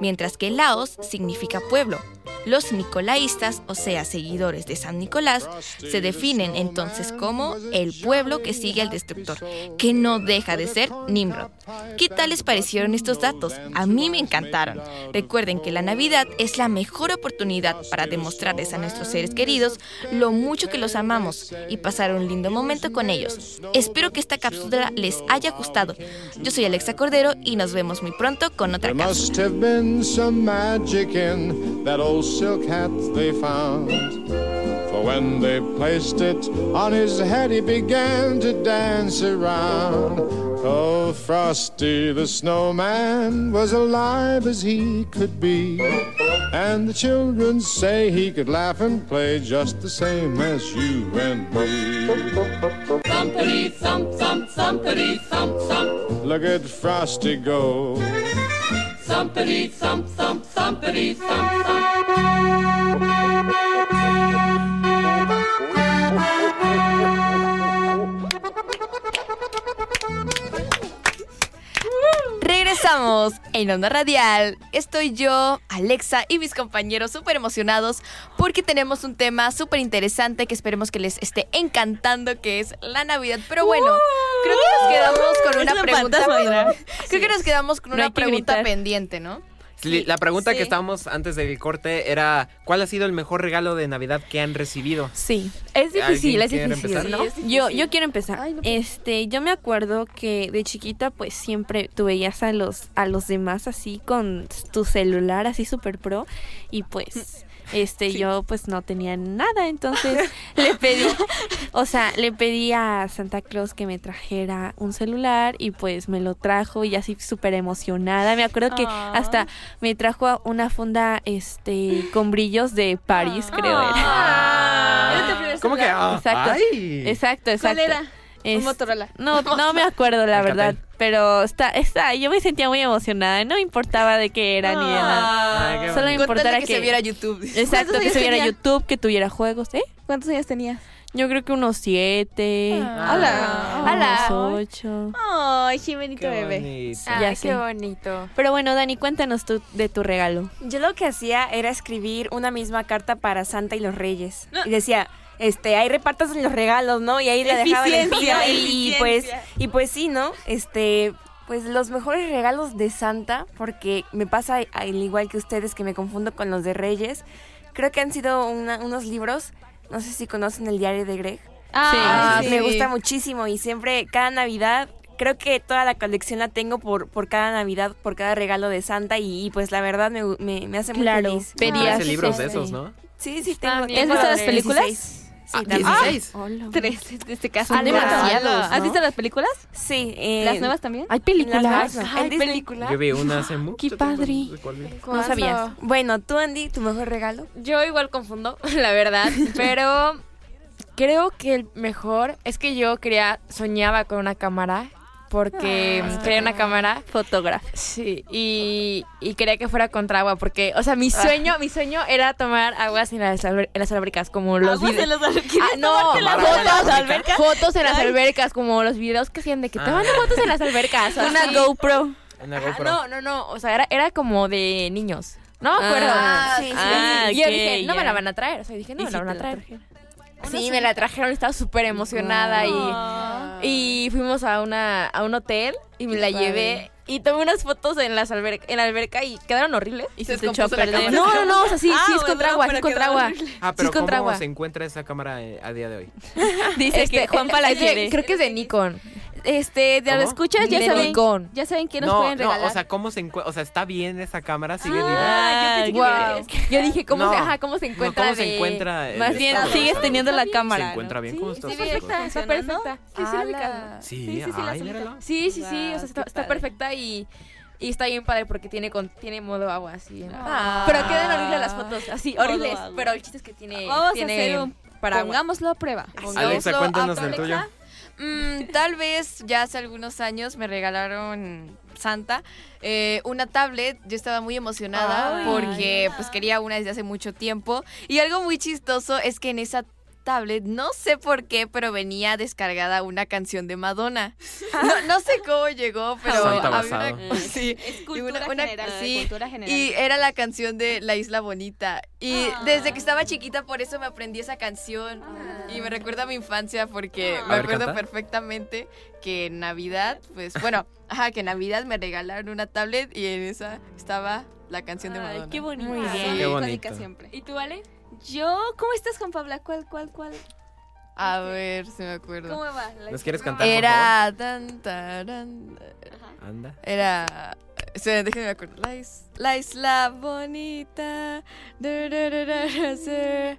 [SPEAKER 7] mientras que Laos significa pueblo. Los nicolaístas, o sea, seguidores de San Nicolás, se definen entonces como el pueblo que sigue al destructor, que no deja de ser Nimrod. ¿Qué tal les parecieron estos datos? A mí me encantaron. Recuerden que la Navidad es la mejor oportunidad para demostrarles a nuestros seres queridos lo mucho que los amamos y pasar un lindo momento con ellos. Espero que esta cápsula les haya gustado. Yo soy Alexa Cordero y nos vemos muy pronto con otra
[SPEAKER 10] There
[SPEAKER 7] cápsula.
[SPEAKER 10] must have been some magic in that old silk hat they found. For when they placed it on his head, he began to dance around. Oh, Frosty the Snowman was alive as he could be. And the children say he could laugh and play just the same as you and me. Look at Frosty go.
[SPEAKER 7] Regresamos en Onda Radial. Estoy yo, Alexa y mis compañeros súper emocionados porque tenemos un tema súper interesante que esperemos que les esté encantando, que es la Navidad. Pero bueno,
[SPEAKER 5] Uh.
[SPEAKER 7] creo que nos quedamos con
[SPEAKER 8] Es
[SPEAKER 7] una
[SPEAKER 8] la
[SPEAKER 7] pregunta.
[SPEAKER 8] fantasma, ¿verdad?
[SPEAKER 7] Creo que nos quedamos con
[SPEAKER 5] No
[SPEAKER 7] una
[SPEAKER 5] hay que
[SPEAKER 7] pregunta
[SPEAKER 5] gritar.
[SPEAKER 7] pendiente, ¿no?
[SPEAKER 4] Sí, La pregunta
[SPEAKER 7] sí.
[SPEAKER 4] que estábamos antes del corte era, ¿cuál ha sido el mejor regalo de Navidad que han recibido?
[SPEAKER 5] Sí.
[SPEAKER 6] Es
[SPEAKER 4] ¿Alguien
[SPEAKER 6] difícil, es
[SPEAKER 4] quiere
[SPEAKER 6] difícil,
[SPEAKER 4] empezar?
[SPEAKER 6] ¿no?
[SPEAKER 5] Yo, yo quiero empezar.
[SPEAKER 8] pues.
[SPEAKER 5] este, yo me acuerdo que de chiquita, pues siempre tú veías a los, a los demás así con tu celular así super pro. Y
[SPEAKER 8] (laughs)
[SPEAKER 5] pues, este, yo pues no tenía nada. Entonces (laughs) le pedí, o sea, le pedí a Santa Claus que me trajera un celular y pues me lo trajo y así súper emocionada. Me acuerdo que
[SPEAKER 8] Ay.
[SPEAKER 5] hasta me trajo una funda, este, con brillos de París, creo
[SPEAKER 4] eh.
[SPEAKER 5] era.
[SPEAKER 4] ¿Cómo que? ah,
[SPEAKER 5] Exacto.
[SPEAKER 4] ay.
[SPEAKER 5] Exacto,
[SPEAKER 8] ¿Cuál
[SPEAKER 5] exacto. Este,
[SPEAKER 8] era?
[SPEAKER 5] Es-
[SPEAKER 8] Un Motorola.
[SPEAKER 5] no,
[SPEAKER 4] (laughs)
[SPEAKER 5] no me acuerdo la
[SPEAKER 4] Alcatel.
[SPEAKER 5] verdad, pero está, está, yo me sentía muy emocionada, no me importaba de qué era ni de nada.
[SPEAKER 8] Ah.
[SPEAKER 4] Ay, Ah, qué
[SPEAKER 5] Solo me
[SPEAKER 4] bonito.
[SPEAKER 7] Con tal de
[SPEAKER 5] importara
[SPEAKER 7] que,
[SPEAKER 5] que,
[SPEAKER 7] se viera YouTube.
[SPEAKER 5] exacto,
[SPEAKER 8] ¿Cuántos
[SPEAKER 5] que
[SPEAKER 8] años
[SPEAKER 5] se viera
[SPEAKER 8] tenía?
[SPEAKER 5] YouTube, que tuviera juegos, ¿eh?
[SPEAKER 8] ¿Cuántos años tenías?
[SPEAKER 5] Yo creo que unos siete,
[SPEAKER 4] Ah.
[SPEAKER 8] Hola.
[SPEAKER 5] unos ocho.
[SPEAKER 8] Ay, Jimenito
[SPEAKER 4] Qué
[SPEAKER 8] bebé.
[SPEAKER 4] bonito.
[SPEAKER 5] Ya
[SPEAKER 6] Ay,
[SPEAKER 5] sé.
[SPEAKER 6] qué bonito.
[SPEAKER 5] Pero bueno, Dani, cuéntanos tú de tu regalo.
[SPEAKER 3] Yo lo que hacía era escribir una misma carta para Santa y los Reyes. Y decía, este, ahí repartas los regalos, ¿no? Y ahí le dejaba en el
[SPEAKER 8] Eficiencia,
[SPEAKER 3] pino y, y pues
[SPEAKER 8] eficiencia.
[SPEAKER 3] y pues sí, ¿no? Este, pues los mejores regalos de Santa, porque me pasa al igual que ustedes que me confundo con los de Reyes. Creo que han sido una- unos libros, no sé si conocen el diario de Greg. Ah,
[SPEAKER 8] sí.
[SPEAKER 3] Me gusta muchísimo y siempre cada Navidad, creo que toda la colección la tengo por, por cada Navidad, por cada regalo de Santa y, y pues la verdad me, me, me hace muy
[SPEAKER 5] Claro.
[SPEAKER 3] feliz.
[SPEAKER 4] Parece
[SPEAKER 5] Pedías
[SPEAKER 4] libros Ah, de esos, ¿no?
[SPEAKER 3] Sí, sí, tengo.
[SPEAKER 8] ¿Has visto las películas?
[SPEAKER 4] Ah, 16.
[SPEAKER 5] Hola.
[SPEAKER 8] Tres, en este caso.
[SPEAKER 5] Son
[SPEAKER 8] Wow.
[SPEAKER 5] demasiados,
[SPEAKER 8] ¿Has
[SPEAKER 5] Ah, ¿no?
[SPEAKER 8] visto las películas?
[SPEAKER 6] Ah,
[SPEAKER 3] Sí. eh,
[SPEAKER 8] ¿Las nuevas también?
[SPEAKER 5] Hay
[SPEAKER 3] en las nuevas,
[SPEAKER 5] películas.
[SPEAKER 3] no.
[SPEAKER 5] Ay,
[SPEAKER 3] En Disney.
[SPEAKER 4] Yo vi una hace mucho
[SPEAKER 5] Qué
[SPEAKER 4] tiempo,
[SPEAKER 5] padre.
[SPEAKER 4] no sé cuál vi.
[SPEAKER 3] ¿Cuándo?
[SPEAKER 5] sabías.
[SPEAKER 3] Bueno, tú, Andy, tu mejor regalo.
[SPEAKER 6] Yo igual confundo, (laughs) la verdad, pero creo que el mejor es que yo quería, soñaba con una cámara,
[SPEAKER 8] Ah,
[SPEAKER 6] porque quería una cámara,
[SPEAKER 5] Fotógrafo.
[SPEAKER 6] sí, y, y quería que fuera contra agua, porque, o sea, mi
[SPEAKER 3] Ah.
[SPEAKER 6] sueño, mi sueño era tomar aguas en las, alber- en las albercas, como los
[SPEAKER 8] Aguas
[SPEAKER 6] vide-
[SPEAKER 8] en las albercas.
[SPEAKER 6] Ah, no,
[SPEAKER 4] tomarte la
[SPEAKER 6] fotos,
[SPEAKER 4] foto en las albercas?
[SPEAKER 6] fotos en las albercas, como los videos que hacían de que tomando
[SPEAKER 4] Ah.
[SPEAKER 6] fotos en las albercas. o
[SPEAKER 5] Una
[SPEAKER 6] así.
[SPEAKER 5] GoPro.
[SPEAKER 4] Una
[SPEAKER 6] Ajá,
[SPEAKER 4] GoPro.
[SPEAKER 6] Ah, no, no, no, o sea, era, era como de niños. No me acuerdo.
[SPEAKER 7] Ah, sí, sí,
[SPEAKER 6] Ah,
[SPEAKER 7] sí.
[SPEAKER 6] y yo
[SPEAKER 7] ok,
[SPEAKER 6] dije, no me
[SPEAKER 7] ya.
[SPEAKER 6] la van a traer. O sea, dije, no me la van a traer. Sí,
[SPEAKER 7] Una
[SPEAKER 6] me la trajeron, estaba súper emocionada y, y fuimos a una a un hotel y me la llevé y tomé unas fotos en las alber- en la alberca y quedaron horribles.
[SPEAKER 5] Y se, te echó a
[SPEAKER 6] No,
[SPEAKER 5] perder.
[SPEAKER 6] no, no, o sea, sí,
[SPEAKER 8] Ah,
[SPEAKER 6] sí es
[SPEAKER 8] bueno,
[SPEAKER 6] contra agua, sí
[SPEAKER 8] pero
[SPEAKER 6] es contra
[SPEAKER 8] quedaron
[SPEAKER 6] agua.
[SPEAKER 4] Ah,
[SPEAKER 6] sí
[SPEAKER 4] pero
[SPEAKER 6] es contra
[SPEAKER 4] ¿cómo
[SPEAKER 6] agua.
[SPEAKER 4] se encuentra esa cámara eh, a día de hoy?
[SPEAKER 5] Dice
[SPEAKER 6] Este,
[SPEAKER 5] que Juanpa la
[SPEAKER 6] es de-
[SPEAKER 5] quiere.
[SPEAKER 6] Creo que es de Nikon.
[SPEAKER 8] Este, de
[SPEAKER 4] ¿Cómo?
[SPEAKER 8] las escuchas ya
[SPEAKER 6] De
[SPEAKER 8] saben,
[SPEAKER 6] Nikon.
[SPEAKER 8] ya saben qué nos
[SPEAKER 4] No,
[SPEAKER 8] pueden
[SPEAKER 4] no,
[SPEAKER 8] regalar.
[SPEAKER 4] o sea, ¿cómo se encuentra? O sea, ¿está bien esa cámara? ¿Sigue viva?
[SPEAKER 8] Ah, yo pensé que
[SPEAKER 6] Guau.
[SPEAKER 8] querías.
[SPEAKER 6] Yo dije, ¿cómo,
[SPEAKER 4] No.
[SPEAKER 6] se, ajá, ¿cómo se
[SPEAKER 4] No,
[SPEAKER 6] encuentra?
[SPEAKER 4] ¿Cómo se
[SPEAKER 6] de-
[SPEAKER 4] encuentra? el
[SPEAKER 5] Más bien,
[SPEAKER 4] estado?
[SPEAKER 5] sigues
[SPEAKER 4] O sea,
[SPEAKER 5] teniendo la cámara,
[SPEAKER 4] ¿Se encuentra bien? ¿cómo está?
[SPEAKER 6] Sí,
[SPEAKER 4] su
[SPEAKER 6] perfecta, está
[SPEAKER 8] funcionando?
[SPEAKER 6] perfecta.
[SPEAKER 8] Sí, sí,
[SPEAKER 7] Ala.
[SPEAKER 8] ubicando.
[SPEAKER 4] Sí,
[SPEAKER 8] Sí, sí, sí, la
[SPEAKER 4] ay,
[SPEAKER 8] solita.
[SPEAKER 4] mírala.
[SPEAKER 6] Sí, sí, sí, o sea,
[SPEAKER 8] Guau,
[SPEAKER 6] está,
[SPEAKER 8] qué
[SPEAKER 6] está
[SPEAKER 8] padre.
[SPEAKER 6] perfecta y, y está bien padre porque tiene con, tiene modo agua así. ¿no?
[SPEAKER 7] Ah.
[SPEAKER 6] pero quedan horribles las fotos, así,
[SPEAKER 8] Modo
[SPEAKER 6] horribles,
[SPEAKER 8] agua.
[SPEAKER 6] pero el chiste es que tiene
[SPEAKER 8] Vamos a
[SPEAKER 6] tiene
[SPEAKER 8] hacer un
[SPEAKER 6] paraguas.
[SPEAKER 8] Pongámoslo a prueba.
[SPEAKER 4] Alexa,
[SPEAKER 7] Pongámoslo
[SPEAKER 4] cuéntanos
[SPEAKER 7] a
[SPEAKER 4] el tuyo.
[SPEAKER 7] Alexa. Mm, tal vez ya hace algunos años me regalaron Santa eh, una tablet. Yo estaba muy emocionada
[SPEAKER 8] Ay.
[SPEAKER 7] porque pues quería una desde hace mucho tiempo. Y algo muy chistoso es que en esa tablet, no sé por qué, pero venía descargada una canción de Madonna. No, no sé cómo llegó, pero
[SPEAKER 4] Santa
[SPEAKER 7] había una-
[SPEAKER 4] basado.
[SPEAKER 7] sí, y una- una- sí,
[SPEAKER 8] cultura general.
[SPEAKER 7] y era la canción de La Isla Bonita. Y
[SPEAKER 8] Ah.
[SPEAKER 7] desde que estaba chiquita, por eso me aprendí esa canción. Y me recuerda a mi infancia porque
[SPEAKER 8] Ah.
[SPEAKER 4] A
[SPEAKER 7] me
[SPEAKER 4] ver,
[SPEAKER 7] acuerdo
[SPEAKER 4] canta.
[SPEAKER 7] perfectamente que en Navidad, pues bueno, ajá, que en Navidad me regalaron una tablet y en esa estaba la canción de Madonna.
[SPEAKER 8] qué bonito.
[SPEAKER 7] Muy bien.
[SPEAKER 4] Qué bonito.
[SPEAKER 8] siempre. ¿Y tú, Ale? Yo, ¿cómo estás, Juan Pablo? ¿Cuál, cuál, cuál?
[SPEAKER 7] A ver si me
[SPEAKER 8] ¿Cómo
[SPEAKER 7] acuerdo.
[SPEAKER 8] va? La-
[SPEAKER 4] ¿Nos quieres cantar? por
[SPEAKER 7] Era tan, tarán,
[SPEAKER 4] favor? Anda.
[SPEAKER 7] Era. Espera, déjenme acordar. La, is- la isla bonita. da, da, da, da, da, sir.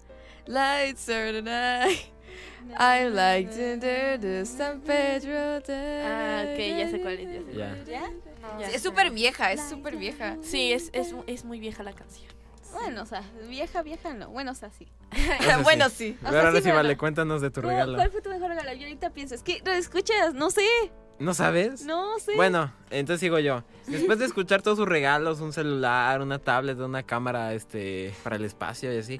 [SPEAKER 7] Lights are the night. I like to do the San Pedro.
[SPEAKER 5] Ah, ok, ya sé cuál es, ya sé (laughs) cuál
[SPEAKER 4] Ya.
[SPEAKER 7] Es súper vieja, es súper vieja.
[SPEAKER 5] Sí, es, es, es muy vieja la canción.
[SPEAKER 8] Bueno, o sea, vieja, vieja no. Bueno, o sea, sí.
[SPEAKER 4] Entonces,
[SPEAKER 7] bueno, sí.
[SPEAKER 4] Pero ahora
[SPEAKER 8] sí,
[SPEAKER 4] sí,
[SPEAKER 8] pero
[SPEAKER 4] vale,
[SPEAKER 8] no.
[SPEAKER 4] cuéntanos de tu
[SPEAKER 8] ¿Cómo-
[SPEAKER 4] regalo.
[SPEAKER 8] ¿Cuál fue tu mejor regalo? Yo ahorita pienso, es que lo escuchas, no sé,
[SPEAKER 4] ¿No sabes?
[SPEAKER 8] no sé.
[SPEAKER 4] Bueno, entonces sigo yo. Después de escuchar todos sus regalos, un celular, una tablet, una cámara, este, para el espacio y así.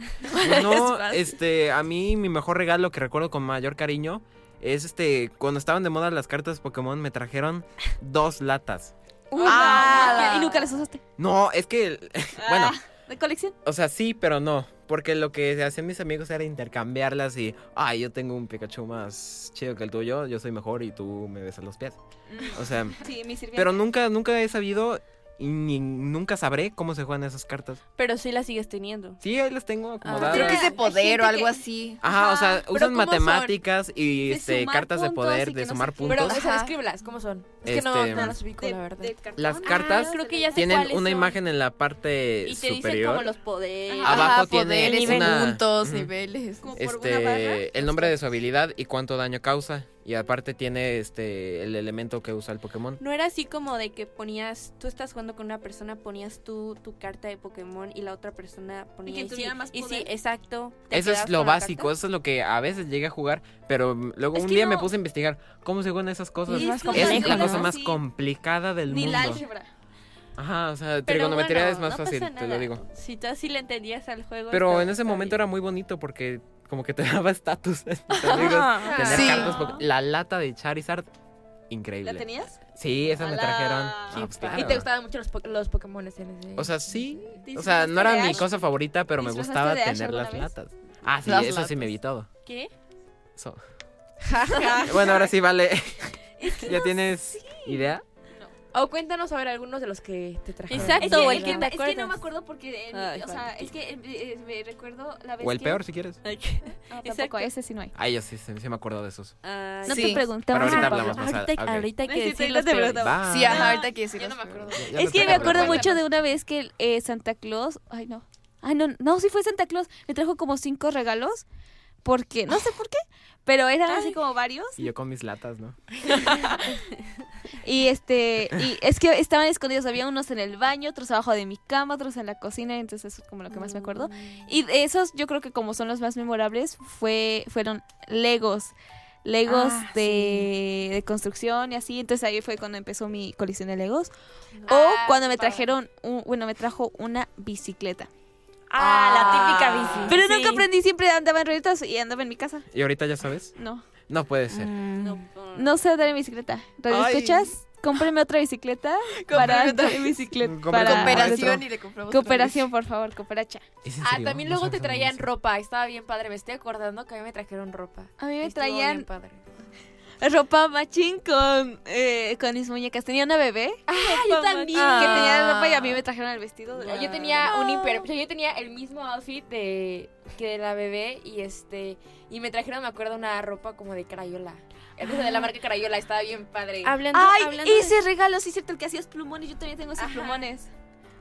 [SPEAKER 4] No, este, a mí mi mejor regalo que recuerdo con mayor cariño es este, cuando estaban de moda las cartas Pokémon me trajeron dos latas.
[SPEAKER 8] Y nunca las usaste.
[SPEAKER 4] No, es que, (laughs) bueno,
[SPEAKER 8] Ah, ¿De colección?
[SPEAKER 4] o sea, sí, pero no. Porque lo que hacían mis amigos era intercambiarlas y, ay, yo tengo un Pikachu más chido que el tuyo, yo soy mejor y tú me besas los pies.
[SPEAKER 8] Mm.
[SPEAKER 4] O
[SPEAKER 8] (laughs)
[SPEAKER 4] sea,
[SPEAKER 8] Sí, mi sirviente.
[SPEAKER 4] pero nunca, nunca he sabido y ni, nunca sabré cómo se juegan esas cartas.
[SPEAKER 5] Pero sí la sigues teniendo.
[SPEAKER 4] Sí, ahí las tengo acomodadas.
[SPEAKER 7] Creo que es de poder o
[SPEAKER 8] gente
[SPEAKER 7] algo
[SPEAKER 8] Ah, que-
[SPEAKER 7] así.
[SPEAKER 4] Ajá, o sea,
[SPEAKER 8] Ajá, pero
[SPEAKER 4] usan
[SPEAKER 8] ¿cómo son?
[SPEAKER 4] matemáticas y
[SPEAKER 8] De
[SPEAKER 4] este,
[SPEAKER 8] sumar
[SPEAKER 4] cartas de
[SPEAKER 8] puntos
[SPEAKER 4] poder,
[SPEAKER 8] y que
[SPEAKER 4] de
[SPEAKER 8] no sé
[SPEAKER 4] sumar
[SPEAKER 8] qué.
[SPEAKER 6] Pero,
[SPEAKER 4] puntos.
[SPEAKER 6] o sea,
[SPEAKER 7] Ajá.
[SPEAKER 6] escríbelas, ¿cómo son? Es que no,
[SPEAKER 4] Este,
[SPEAKER 6] no las ubico, la verdad.
[SPEAKER 8] Ah,
[SPEAKER 4] las cartas
[SPEAKER 5] creo que ya sé
[SPEAKER 4] tienen
[SPEAKER 5] cuáles
[SPEAKER 4] una
[SPEAKER 5] son.
[SPEAKER 4] imagen en la parte
[SPEAKER 5] Y te dicen como
[SPEAKER 4] superior.
[SPEAKER 5] los poderes.
[SPEAKER 4] Abajo
[SPEAKER 7] Ajá,
[SPEAKER 4] tiene
[SPEAKER 7] poderes,
[SPEAKER 4] una-
[SPEAKER 7] puntos,
[SPEAKER 4] Ujú.
[SPEAKER 7] niveles.
[SPEAKER 4] Este, el nombre de su habilidad y cuánto daño causa. Y aparte tiene este el elemento que usa el Pokémon.
[SPEAKER 5] No era así como de que ponías, tú estás jugando con una persona, ponías tú tu carta de Pokémon y la otra persona ponía.
[SPEAKER 8] quien
[SPEAKER 5] sí,
[SPEAKER 8] tuviera más
[SPEAKER 5] y sí,
[SPEAKER 8] poder.
[SPEAKER 5] exacto. te
[SPEAKER 4] Eso es
[SPEAKER 5] quedabas
[SPEAKER 4] lo
[SPEAKER 5] con la
[SPEAKER 4] básico,
[SPEAKER 5] carta.
[SPEAKER 4] eso es lo que a veces llegué a jugar, pero mm, luego
[SPEAKER 5] Es
[SPEAKER 4] un
[SPEAKER 5] que
[SPEAKER 4] día me
[SPEAKER 5] no.
[SPEAKER 4] puse a investigar cómo se juegan esas cosas.
[SPEAKER 8] Y es
[SPEAKER 4] Es,
[SPEAKER 8] más
[SPEAKER 4] la
[SPEAKER 8] complejo,
[SPEAKER 4] cosa
[SPEAKER 8] ¿no?
[SPEAKER 4] más
[SPEAKER 8] Sí.
[SPEAKER 4] complicada del
[SPEAKER 8] Ni
[SPEAKER 4] mundo.
[SPEAKER 8] la álgebra.
[SPEAKER 4] Ajá, o sea,
[SPEAKER 5] Pero
[SPEAKER 4] trigonometría
[SPEAKER 5] bueno,
[SPEAKER 4] es más
[SPEAKER 5] no
[SPEAKER 4] fácil,
[SPEAKER 5] pasa
[SPEAKER 4] te lo
[SPEAKER 5] nada.
[SPEAKER 4] digo.
[SPEAKER 5] Si tú así le entendías al juego.
[SPEAKER 4] Pero
[SPEAKER 5] está-
[SPEAKER 4] en ese
[SPEAKER 5] está
[SPEAKER 4] momento
[SPEAKER 5] bien.
[SPEAKER 4] era muy bonito porque como que te (laughs) daba estatus. Mis amigos, tener
[SPEAKER 7] Sí.
[SPEAKER 4] cartas Poké- La lata de Charizard, increíble.
[SPEAKER 8] ¿La tenías?
[SPEAKER 4] Sí, esas me
[SPEAKER 8] Ala.
[SPEAKER 4] trajeron. Ah,
[SPEAKER 8] Qué
[SPEAKER 4] pues
[SPEAKER 6] Y
[SPEAKER 4] claro.
[SPEAKER 6] te gustaban mucho los, po- los Pokémon en ese.
[SPEAKER 4] O sea, sí.
[SPEAKER 8] ¿Te
[SPEAKER 4] O sea, no
[SPEAKER 8] disfrazaste
[SPEAKER 4] era
[SPEAKER 8] de
[SPEAKER 4] mi
[SPEAKER 8] Ash?
[SPEAKER 4] cosa favorita, pero me
[SPEAKER 8] ¿Disfrazaste
[SPEAKER 4] gustaba
[SPEAKER 8] de Ash
[SPEAKER 4] tener
[SPEAKER 8] alguna
[SPEAKER 4] las
[SPEAKER 8] vez?
[SPEAKER 4] latas. Ah, sí,
[SPEAKER 7] Las
[SPEAKER 4] eso sí
[SPEAKER 7] latas.
[SPEAKER 4] me vi todo.
[SPEAKER 5] ¿Qué?
[SPEAKER 4] So- bueno, ahora sí vale. (laughs) ¿Ya tienes idea?
[SPEAKER 6] o cuéntanos a ver algunos de los que te trajeron.
[SPEAKER 5] Exacto,
[SPEAKER 8] Es
[SPEAKER 5] o
[SPEAKER 8] que,
[SPEAKER 5] el que te
[SPEAKER 8] es que no me
[SPEAKER 5] acuerdas.
[SPEAKER 8] acuerdo porque, eh,
[SPEAKER 5] Ay,
[SPEAKER 8] o sea,
[SPEAKER 5] Juan.
[SPEAKER 8] es que eh, eh, me recuerdo la vez
[SPEAKER 4] O el
[SPEAKER 8] que-
[SPEAKER 4] peor, si quieres.
[SPEAKER 8] No,
[SPEAKER 5] Exacto.
[SPEAKER 8] tampoco, ese sí no hay.
[SPEAKER 4] Ah, yo sí, sí, sí me acuerdo de esos.
[SPEAKER 6] Ah,
[SPEAKER 8] No
[SPEAKER 7] Sí.
[SPEAKER 8] te preguntamos.
[SPEAKER 4] Pero ahorita
[SPEAKER 5] Ah,
[SPEAKER 4] hablamos más.
[SPEAKER 5] Ahorita,
[SPEAKER 4] ah, ok.
[SPEAKER 5] ahorita hay
[SPEAKER 8] Sí,
[SPEAKER 5] que
[SPEAKER 8] sí,
[SPEAKER 5] decir
[SPEAKER 8] no
[SPEAKER 5] los
[SPEAKER 8] te
[SPEAKER 5] peores.
[SPEAKER 8] preguntaba.
[SPEAKER 4] Va.
[SPEAKER 7] Sí, ajá, ahorita hay que decir
[SPEAKER 6] yo no
[SPEAKER 7] los
[SPEAKER 6] me
[SPEAKER 7] peores.
[SPEAKER 6] acuerdo.
[SPEAKER 4] Ya- ya
[SPEAKER 8] Es que
[SPEAKER 4] tengo
[SPEAKER 8] me acuerdo
[SPEAKER 4] preparado.
[SPEAKER 8] mucho de una vez que Ah, eh, Santa Claus. Ay, no. Ay, no. No, sí fue Santa Claus. Me trajo como cinco regalos. porque no sé por qué, pero eran así como varios
[SPEAKER 4] Y yo con mis latas, ¿no?
[SPEAKER 8] y este y es que estaban escondidos, había unos en el baño, otros abajo de mi cama, otros en la cocina, entonces eso es como lo que más me acuerdo.
[SPEAKER 7] Mm.
[SPEAKER 8] Y de esos yo creo que como son los más memorables fue fueron Legos. Legos
[SPEAKER 5] Ah,
[SPEAKER 8] de, de construcción y así, entonces ahí fue cuando empezó mi colección de Legos. O
[SPEAKER 7] Ah,
[SPEAKER 8] cuando me
[SPEAKER 7] padre.
[SPEAKER 8] trajeron, un- bueno, me trajo una bicicleta.
[SPEAKER 7] Ah, la típica bici.
[SPEAKER 8] Pero
[SPEAKER 7] Sí.
[SPEAKER 8] nunca aprendí, siempre andaba en rueditas y andaba en mi casa.
[SPEAKER 4] ¿Y ahorita ya sabes?
[SPEAKER 8] No,
[SPEAKER 4] No puede ser.
[SPEAKER 8] no sé andar en bicicleta. ¿Radio
[SPEAKER 4] Ay.
[SPEAKER 8] escuchas? Cómpreme
[SPEAKER 6] (laughs)
[SPEAKER 8] otra bicicleta para andar en bicicleta.
[SPEAKER 4] Cómprame
[SPEAKER 8] para-
[SPEAKER 4] Cooperación
[SPEAKER 7] y le compramos otra
[SPEAKER 8] Cooperación, por favor, cooperacha.
[SPEAKER 4] ¿Es en
[SPEAKER 6] Ah,
[SPEAKER 4] serio?
[SPEAKER 6] también
[SPEAKER 4] No
[SPEAKER 6] luego te
[SPEAKER 4] sabes dónde
[SPEAKER 6] traían
[SPEAKER 4] es.
[SPEAKER 6] ropa. Estaba bien padre. Me estoy acordando que a mí me trajeron ropa.
[SPEAKER 8] A mí me
[SPEAKER 6] Estuvo bien
[SPEAKER 8] traían
[SPEAKER 6] padre.
[SPEAKER 8] ropa machín con, eh, con mis muñecas. Tenía una bebé
[SPEAKER 6] Ah, yo también. Ah.
[SPEAKER 8] que tenía ropa y a mí me trajeron el vestido. de-
[SPEAKER 6] Yo tenía un imper... o sea, yo tenía el mismo outfit de que de la bebé y este y me trajeron, me acuerdo, una ropa como de Crayola. O sea, de la marca Crayola, estaba bien padre.
[SPEAKER 7] Ah,
[SPEAKER 5] Hablando,
[SPEAKER 8] Ay,
[SPEAKER 5] hablando, de-
[SPEAKER 8] ese regalo, sí es cierto, el que hacías plumones. Yo también tengo esos
[SPEAKER 5] Ajá.
[SPEAKER 8] plumones.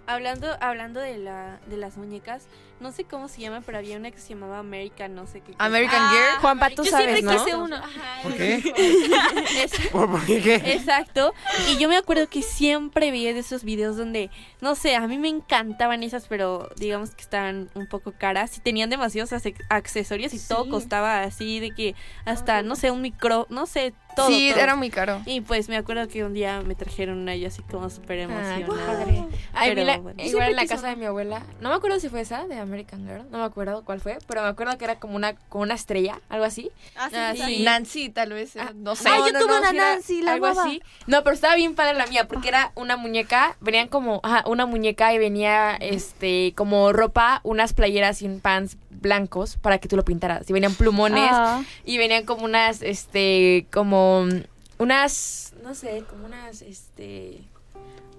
[SPEAKER 5] hablando, hablando de, la, de las muñecas, no sé cómo se llama, pero había una que se llamaba American, no sé qué. cosa.
[SPEAKER 7] American Girl.
[SPEAKER 6] Juanpa, tú
[SPEAKER 8] yo
[SPEAKER 6] sabes,
[SPEAKER 8] siempre
[SPEAKER 6] ¿no?
[SPEAKER 8] quise uno.
[SPEAKER 4] ¿Por qué? ¿Por, por qué
[SPEAKER 5] (laughs)
[SPEAKER 4] qué?
[SPEAKER 5] Exacto. Y yo me acuerdo que siempre veía de esos videos donde, no sé, a mí me encantaban esas, pero digamos que estaban un poco caras y tenían demasiados ace- accesorios y todo costaba así de que hasta, no sé, un micro, no sé, todo.
[SPEAKER 7] sí,
[SPEAKER 5] todo.
[SPEAKER 7] era muy caro.
[SPEAKER 5] Y pues me acuerdo que un día me trajeron una y yo así como súper emocionada.
[SPEAKER 6] Ah, padre. Ay,
[SPEAKER 5] Pero
[SPEAKER 6] vi la-
[SPEAKER 5] bueno.
[SPEAKER 6] igual en la casa de mi abuela. No me acuerdo si fue esa de American Girl. No me acuerdo cuál fue, pero me acuerdo que era como una, como una estrella, algo así. (laughs) Ah, sí.
[SPEAKER 7] Nancy, tal vez.
[SPEAKER 6] Ah,
[SPEAKER 7] no sé.
[SPEAKER 6] ay,
[SPEAKER 7] No,
[SPEAKER 6] yo
[SPEAKER 7] no,
[SPEAKER 6] tuve
[SPEAKER 7] no,
[SPEAKER 6] una
[SPEAKER 7] sí era-
[SPEAKER 6] Nancy, la algo así. No, pero estaba bien padre la mía, porque era una muñeca, venían como, ajá, una muñeca y venía, este, como ropa, unas playeras y un pants blancos para que tú lo pintaras. Y venían plumones
[SPEAKER 8] Ah.
[SPEAKER 6] y venían como unas, este, como mm, unas, no sé, como unas, este,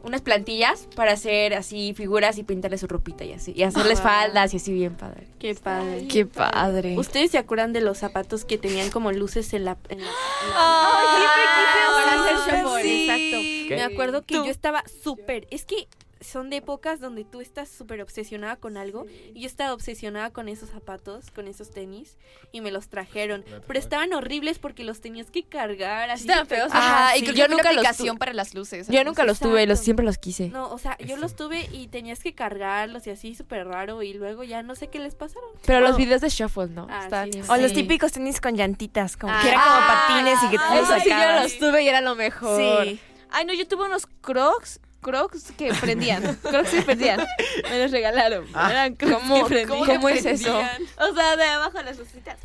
[SPEAKER 6] unas plantillas para hacer así figuras y pintarle su ropita y así, y hacerles faldas y así bien padre.
[SPEAKER 5] Qué padre.
[SPEAKER 7] Qué padre.
[SPEAKER 5] ¿Ustedes se acuerdan de los zapatos que tenían como luces en la... en la-
[SPEAKER 6] Ah, Ay,
[SPEAKER 5] Ah, para hacer shuffle, exacto.
[SPEAKER 4] ¿Qué?
[SPEAKER 5] Me acuerdo que yo estaba súper, es que son de épocas donde tú estás súper obsesionada con algo y yo estaba obsesionada con esos zapatos, con esos tenis y me los trajeron, pero estaban horribles porque los tenías que cargar así.
[SPEAKER 6] Estaban
[SPEAKER 5] súper-
[SPEAKER 6] feos.
[SPEAKER 7] Ajá,
[SPEAKER 6] Ajá,
[SPEAKER 7] y
[SPEAKER 6] sí. Yo
[SPEAKER 7] creo que había
[SPEAKER 6] nunca
[SPEAKER 7] una
[SPEAKER 6] los
[SPEAKER 7] aplicación
[SPEAKER 6] tu-
[SPEAKER 7] para las luces.
[SPEAKER 6] Yo nunca los tuve, los siempre los quise.
[SPEAKER 5] No, o sea, yo los tuve y tenías que cargarlos y así súper raro y luego ya no sé qué les pasaron.
[SPEAKER 6] Pero los videos de Shuffle, ¿no?
[SPEAKER 5] Ah,
[SPEAKER 6] Estaban
[SPEAKER 5] sí.
[SPEAKER 6] bien
[SPEAKER 3] O los
[SPEAKER 6] padres.
[SPEAKER 3] típicos tenis con llantitas, como
[SPEAKER 5] Ah.
[SPEAKER 3] que eran como
[SPEAKER 6] Ah,
[SPEAKER 3] patines y que tú
[SPEAKER 6] Eso sí yo
[SPEAKER 3] sacabas.
[SPEAKER 6] los tuve y era lo mejor.
[SPEAKER 5] Sí.
[SPEAKER 8] Ay, no, yo tuve unos crocs. Crocs que (laughs) prendían. Crocs que prendían. Me los regalaron.
[SPEAKER 4] Ah.
[SPEAKER 8] Eran crocs que prendían.
[SPEAKER 6] ¿Cómo es eso?
[SPEAKER 8] O sea, de abajo las lucecitas.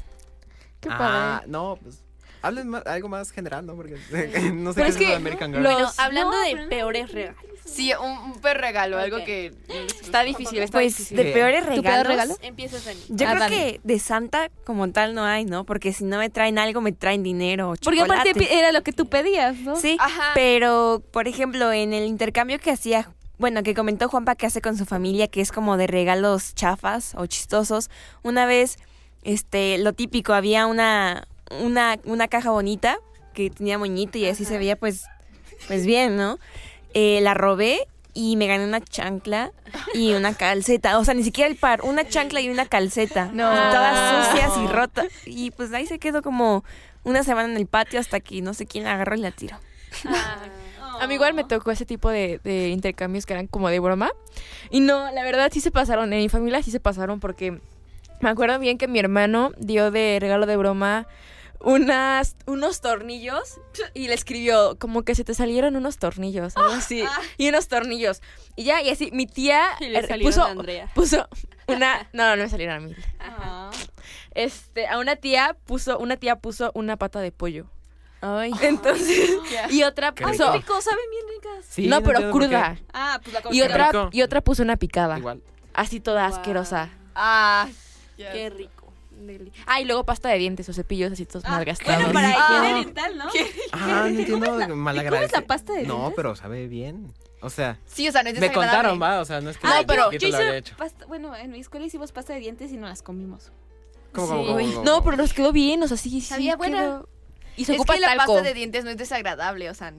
[SPEAKER 8] Qué
[SPEAKER 4] Ah, no, pues. Hablen más- algo más general, ¿no? Porque (laughs) no sé
[SPEAKER 6] Pero
[SPEAKER 4] qué es
[SPEAKER 6] es
[SPEAKER 4] eso
[SPEAKER 6] que
[SPEAKER 4] de American Girl.
[SPEAKER 5] Bueno, hablando de peores regalos.
[SPEAKER 7] Sí, un, un per regalo, algo
[SPEAKER 5] Ok.
[SPEAKER 7] que.
[SPEAKER 6] Está difícil, está
[SPEAKER 3] Pues
[SPEAKER 6] difícil.
[SPEAKER 3] de peores regalos.
[SPEAKER 5] Empieza Dani.
[SPEAKER 3] Yo
[SPEAKER 8] Ah,
[SPEAKER 3] creo
[SPEAKER 8] dale.
[SPEAKER 3] que de Santa como tal no hay, ¿no? Porque si no me traen algo, me traen dinero o
[SPEAKER 8] Porque
[SPEAKER 3] chocolate.
[SPEAKER 8] aparte pi- era lo que tú pedías, ¿no?
[SPEAKER 3] Sí,
[SPEAKER 7] Ajá.
[SPEAKER 3] pero por ejemplo, en el intercambio que hacía, bueno, que comentó Juanpa que hace con su familia, que es como de regalos chafas o chistosos, una vez, este, lo típico, había una, una, una caja bonita que tenía moñito y así se veía pues, pues bien, ¿no? Eh, la robé y me gané una chancla y una calceta, o sea, ni siquiera el par, una chancla y una calceta,
[SPEAKER 7] No. Ah.
[SPEAKER 3] todas sucias y rotas, y pues ahí se quedó como una semana en el patio hasta que no sé quién la agarró y la tiró.
[SPEAKER 6] A mí igual me tocó ese tipo de, de intercambios que eran como de broma. Y no, la verdad sí se pasaron. En mi familia sí se pasaron porque me acuerdo bien que mi hermano dio de regalo de broma unas, unos tornillos y le escribió como que se te salieron unos tornillos, algo así. Y unos tornillos. Y ya, y así, mi tía
[SPEAKER 5] Y le
[SPEAKER 6] eh,
[SPEAKER 5] salieron
[SPEAKER 6] puso,
[SPEAKER 5] a Andrea.
[SPEAKER 6] puso una... No, no me salieron a mí.
[SPEAKER 8] Ah.
[SPEAKER 6] Este, a una tía puso, una tía puso una pata de pollo. Ay. Entonces, y otra
[SPEAKER 4] Qué
[SPEAKER 6] puso...
[SPEAKER 4] rico.
[SPEAKER 8] saben bien ricas.
[SPEAKER 4] Sí,
[SPEAKER 6] no, pero
[SPEAKER 4] entiendo por qué.
[SPEAKER 6] cruda.
[SPEAKER 8] Ah, pues la
[SPEAKER 6] Y
[SPEAKER 4] Qué rico.
[SPEAKER 6] otra, y otra puso una picada.
[SPEAKER 4] Igual.
[SPEAKER 6] Así toda asquerosa.
[SPEAKER 7] Ah,
[SPEAKER 5] Qué rico.
[SPEAKER 6] Ah, y luego pasta de dientes o cepillos así todos malgastados.
[SPEAKER 8] Ah, Bueno, para higiene
[SPEAKER 7] Ah.
[SPEAKER 8] dental, ¿no?
[SPEAKER 4] Ah, no entiendo. Malagrada.
[SPEAKER 8] comes la pasta de
[SPEAKER 4] No,
[SPEAKER 8] dientes?
[SPEAKER 4] pero sabe bien. O sea,
[SPEAKER 7] sí, o sea, no es
[SPEAKER 4] me contaron,
[SPEAKER 7] desagradable.
[SPEAKER 4] va. O sea, no es que
[SPEAKER 8] Ah,
[SPEAKER 4] yo
[SPEAKER 8] pero
[SPEAKER 4] chiquito
[SPEAKER 8] yo
[SPEAKER 4] lo había
[SPEAKER 8] hice
[SPEAKER 4] hecho.
[SPEAKER 8] pasta, bueno, en mi escuela hicimos pasta de dientes y no las comimos.
[SPEAKER 4] ¿Cómo, cómo, cómo, cómo,
[SPEAKER 6] No,
[SPEAKER 4] cómo?
[SPEAKER 6] pero nos quedó bien, o sea, sí, sí.
[SPEAKER 7] Sabía buena.
[SPEAKER 6] quedó- Y se
[SPEAKER 7] es
[SPEAKER 6] ocupa
[SPEAKER 7] que la
[SPEAKER 6] talco.
[SPEAKER 7] pasta de dientes no es desagradable, o sea,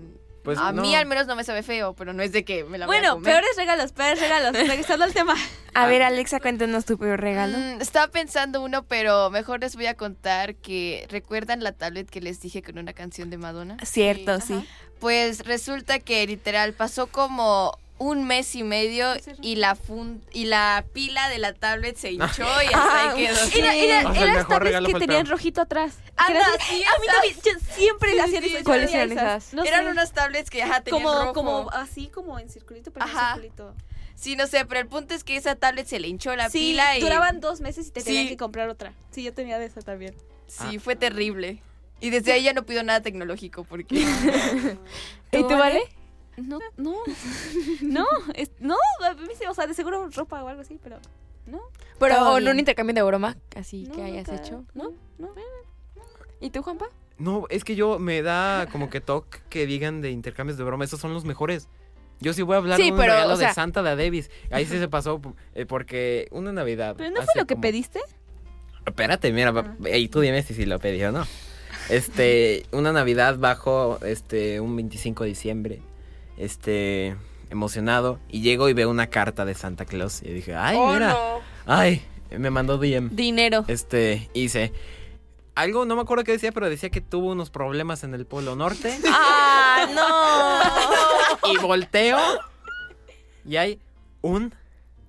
[SPEAKER 4] Pues,
[SPEAKER 7] a
[SPEAKER 4] no.
[SPEAKER 7] mí al menos no me sabe feo, pero no es de que me la voy a
[SPEAKER 8] Bueno,
[SPEAKER 7] comer.
[SPEAKER 8] peores regalos, peores regalos. (laughs) Regresando al tema.
[SPEAKER 3] A ver, Alexa, cuéntanos tu peor regalo.
[SPEAKER 7] Mm, estaba pensando uno, pero mejor les voy a contar que recuerdan la tablet que les dije con una canción de Madonna.
[SPEAKER 3] Cierto, sí.
[SPEAKER 7] Pues resulta que literal pasó como un mes y medio y la fun- y la pila de la tablet se hinchó y
[SPEAKER 8] Ah. (laughs)
[SPEAKER 7] hasta ahí quedó.
[SPEAKER 8] Era, era,
[SPEAKER 4] O sea, el
[SPEAKER 8] eran
[SPEAKER 4] mejor
[SPEAKER 8] tablets
[SPEAKER 4] regalo
[SPEAKER 8] que
[SPEAKER 4] fue el
[SPEAKER 8] tenían
[SPEAKER 4] peor.
[SPEAKER 8] rojito atrás.
[SPEAKER 7] Anda,
[SPEAKER 8] Gracias.
[SPEAKER 7] sí,
[SPEAKER 8] a mí
[SPEAKER 7] esas.
[SPEAKER 8] también, yo Ah, siempre las hacía esas.
[SPEAKER 6] ¿Cuáles
[SPEAKER 8] Yo tenía
[SPEAKER 6] eran esas?
[SPEAKER 8] No
[SPEAKER 7] Eran
[SPEAKER 8] sé.
[SPEAKER 7] unas tablets que ajá, tenían
[SPEAKER 8] como,
[SPEAKER 7] rojo.
[SPEAKER 8] como así, como en circulito, pero no
[SPEAKER 7] Ajá.
[SPEAKER 8] circulito.
[SPEAKER 7] Sí, no sé, pero el punto es que esa tablet se le hinchó la
[SPEAKER 8] sí,
[SPEAKER 7] pila y
[SPEAKER 8] duraban dos meses y te tenían
[SPEAKER 7] Sí.
[SPEAKER 8] que comprar otra. Sí, yo tenía de esa también.
[SPEAKER 7] sí, fue terrible. Y desde ahí ya no pido nada tecnológico
[SPEAKER 8] (laughs)
[SPEAKER 7] porque
[SPEAKER 6] ¿Y tú, Vale?
[SPEAKER 8] No, no, no, es- no, a mí sí, o sea, de seguro ropa o algo así, pero no.
[SPEAKER 6] Pero
[SPEAKER 8] Todo
[SPEAKER 6] en
[SPEAKER 8] bien.
[SPEAKER 6] un intercambio de broma, así
[SPEAKER 8] no,
[SPEAKER 6] que hayas
[SPEAKER 8] nunca,
[SPEAKER 6] hecho.
[SPEAKER 8] No, no.
[SPEAKER 6] ¿Y tú, Juanpa?
[SPEAKER 4] No, es que yo me da como que toque que digan de intercambios de broma, esos son los mejores. Yo sí voy a hablar
[SPEAKER 6] Sí,
[SPEAKER 4] de un
[SPEAKER 6] pero,
[SPEAKER 4] regalo
[SPEAKER 6] o sea-
[SPEAKER 4] de Santa de Davis. Ahí sí se pasó eh, porque una Navidad.
[SPEAKER 8] ¿Pero no
[SPEAKER 4] hace
[SPEAKER 8] fue lo que
[SPEAKER 4] como-
[SPEAKER 8] pediste?
[SPEAKER 4] Espérate, mira, va- y tú dime si, si lo pedí o no. Este, una Navidad bajo este un 25 de diciembre. Este, emocionado y llego y veo una carta de Santa Claus y dije, "Ay,
[SPEAKER 7] Oh,
[SPEAKER 4] mira. Ay, me mandó DM."
[SPEAKER 5] Dinero.
[SPEAKER 4] Este, hice algo, no me acuerdo qué decía, pero decía que tuvo unos problemas en el Polo Norte. ¡Ah, no! Y volteo y hay un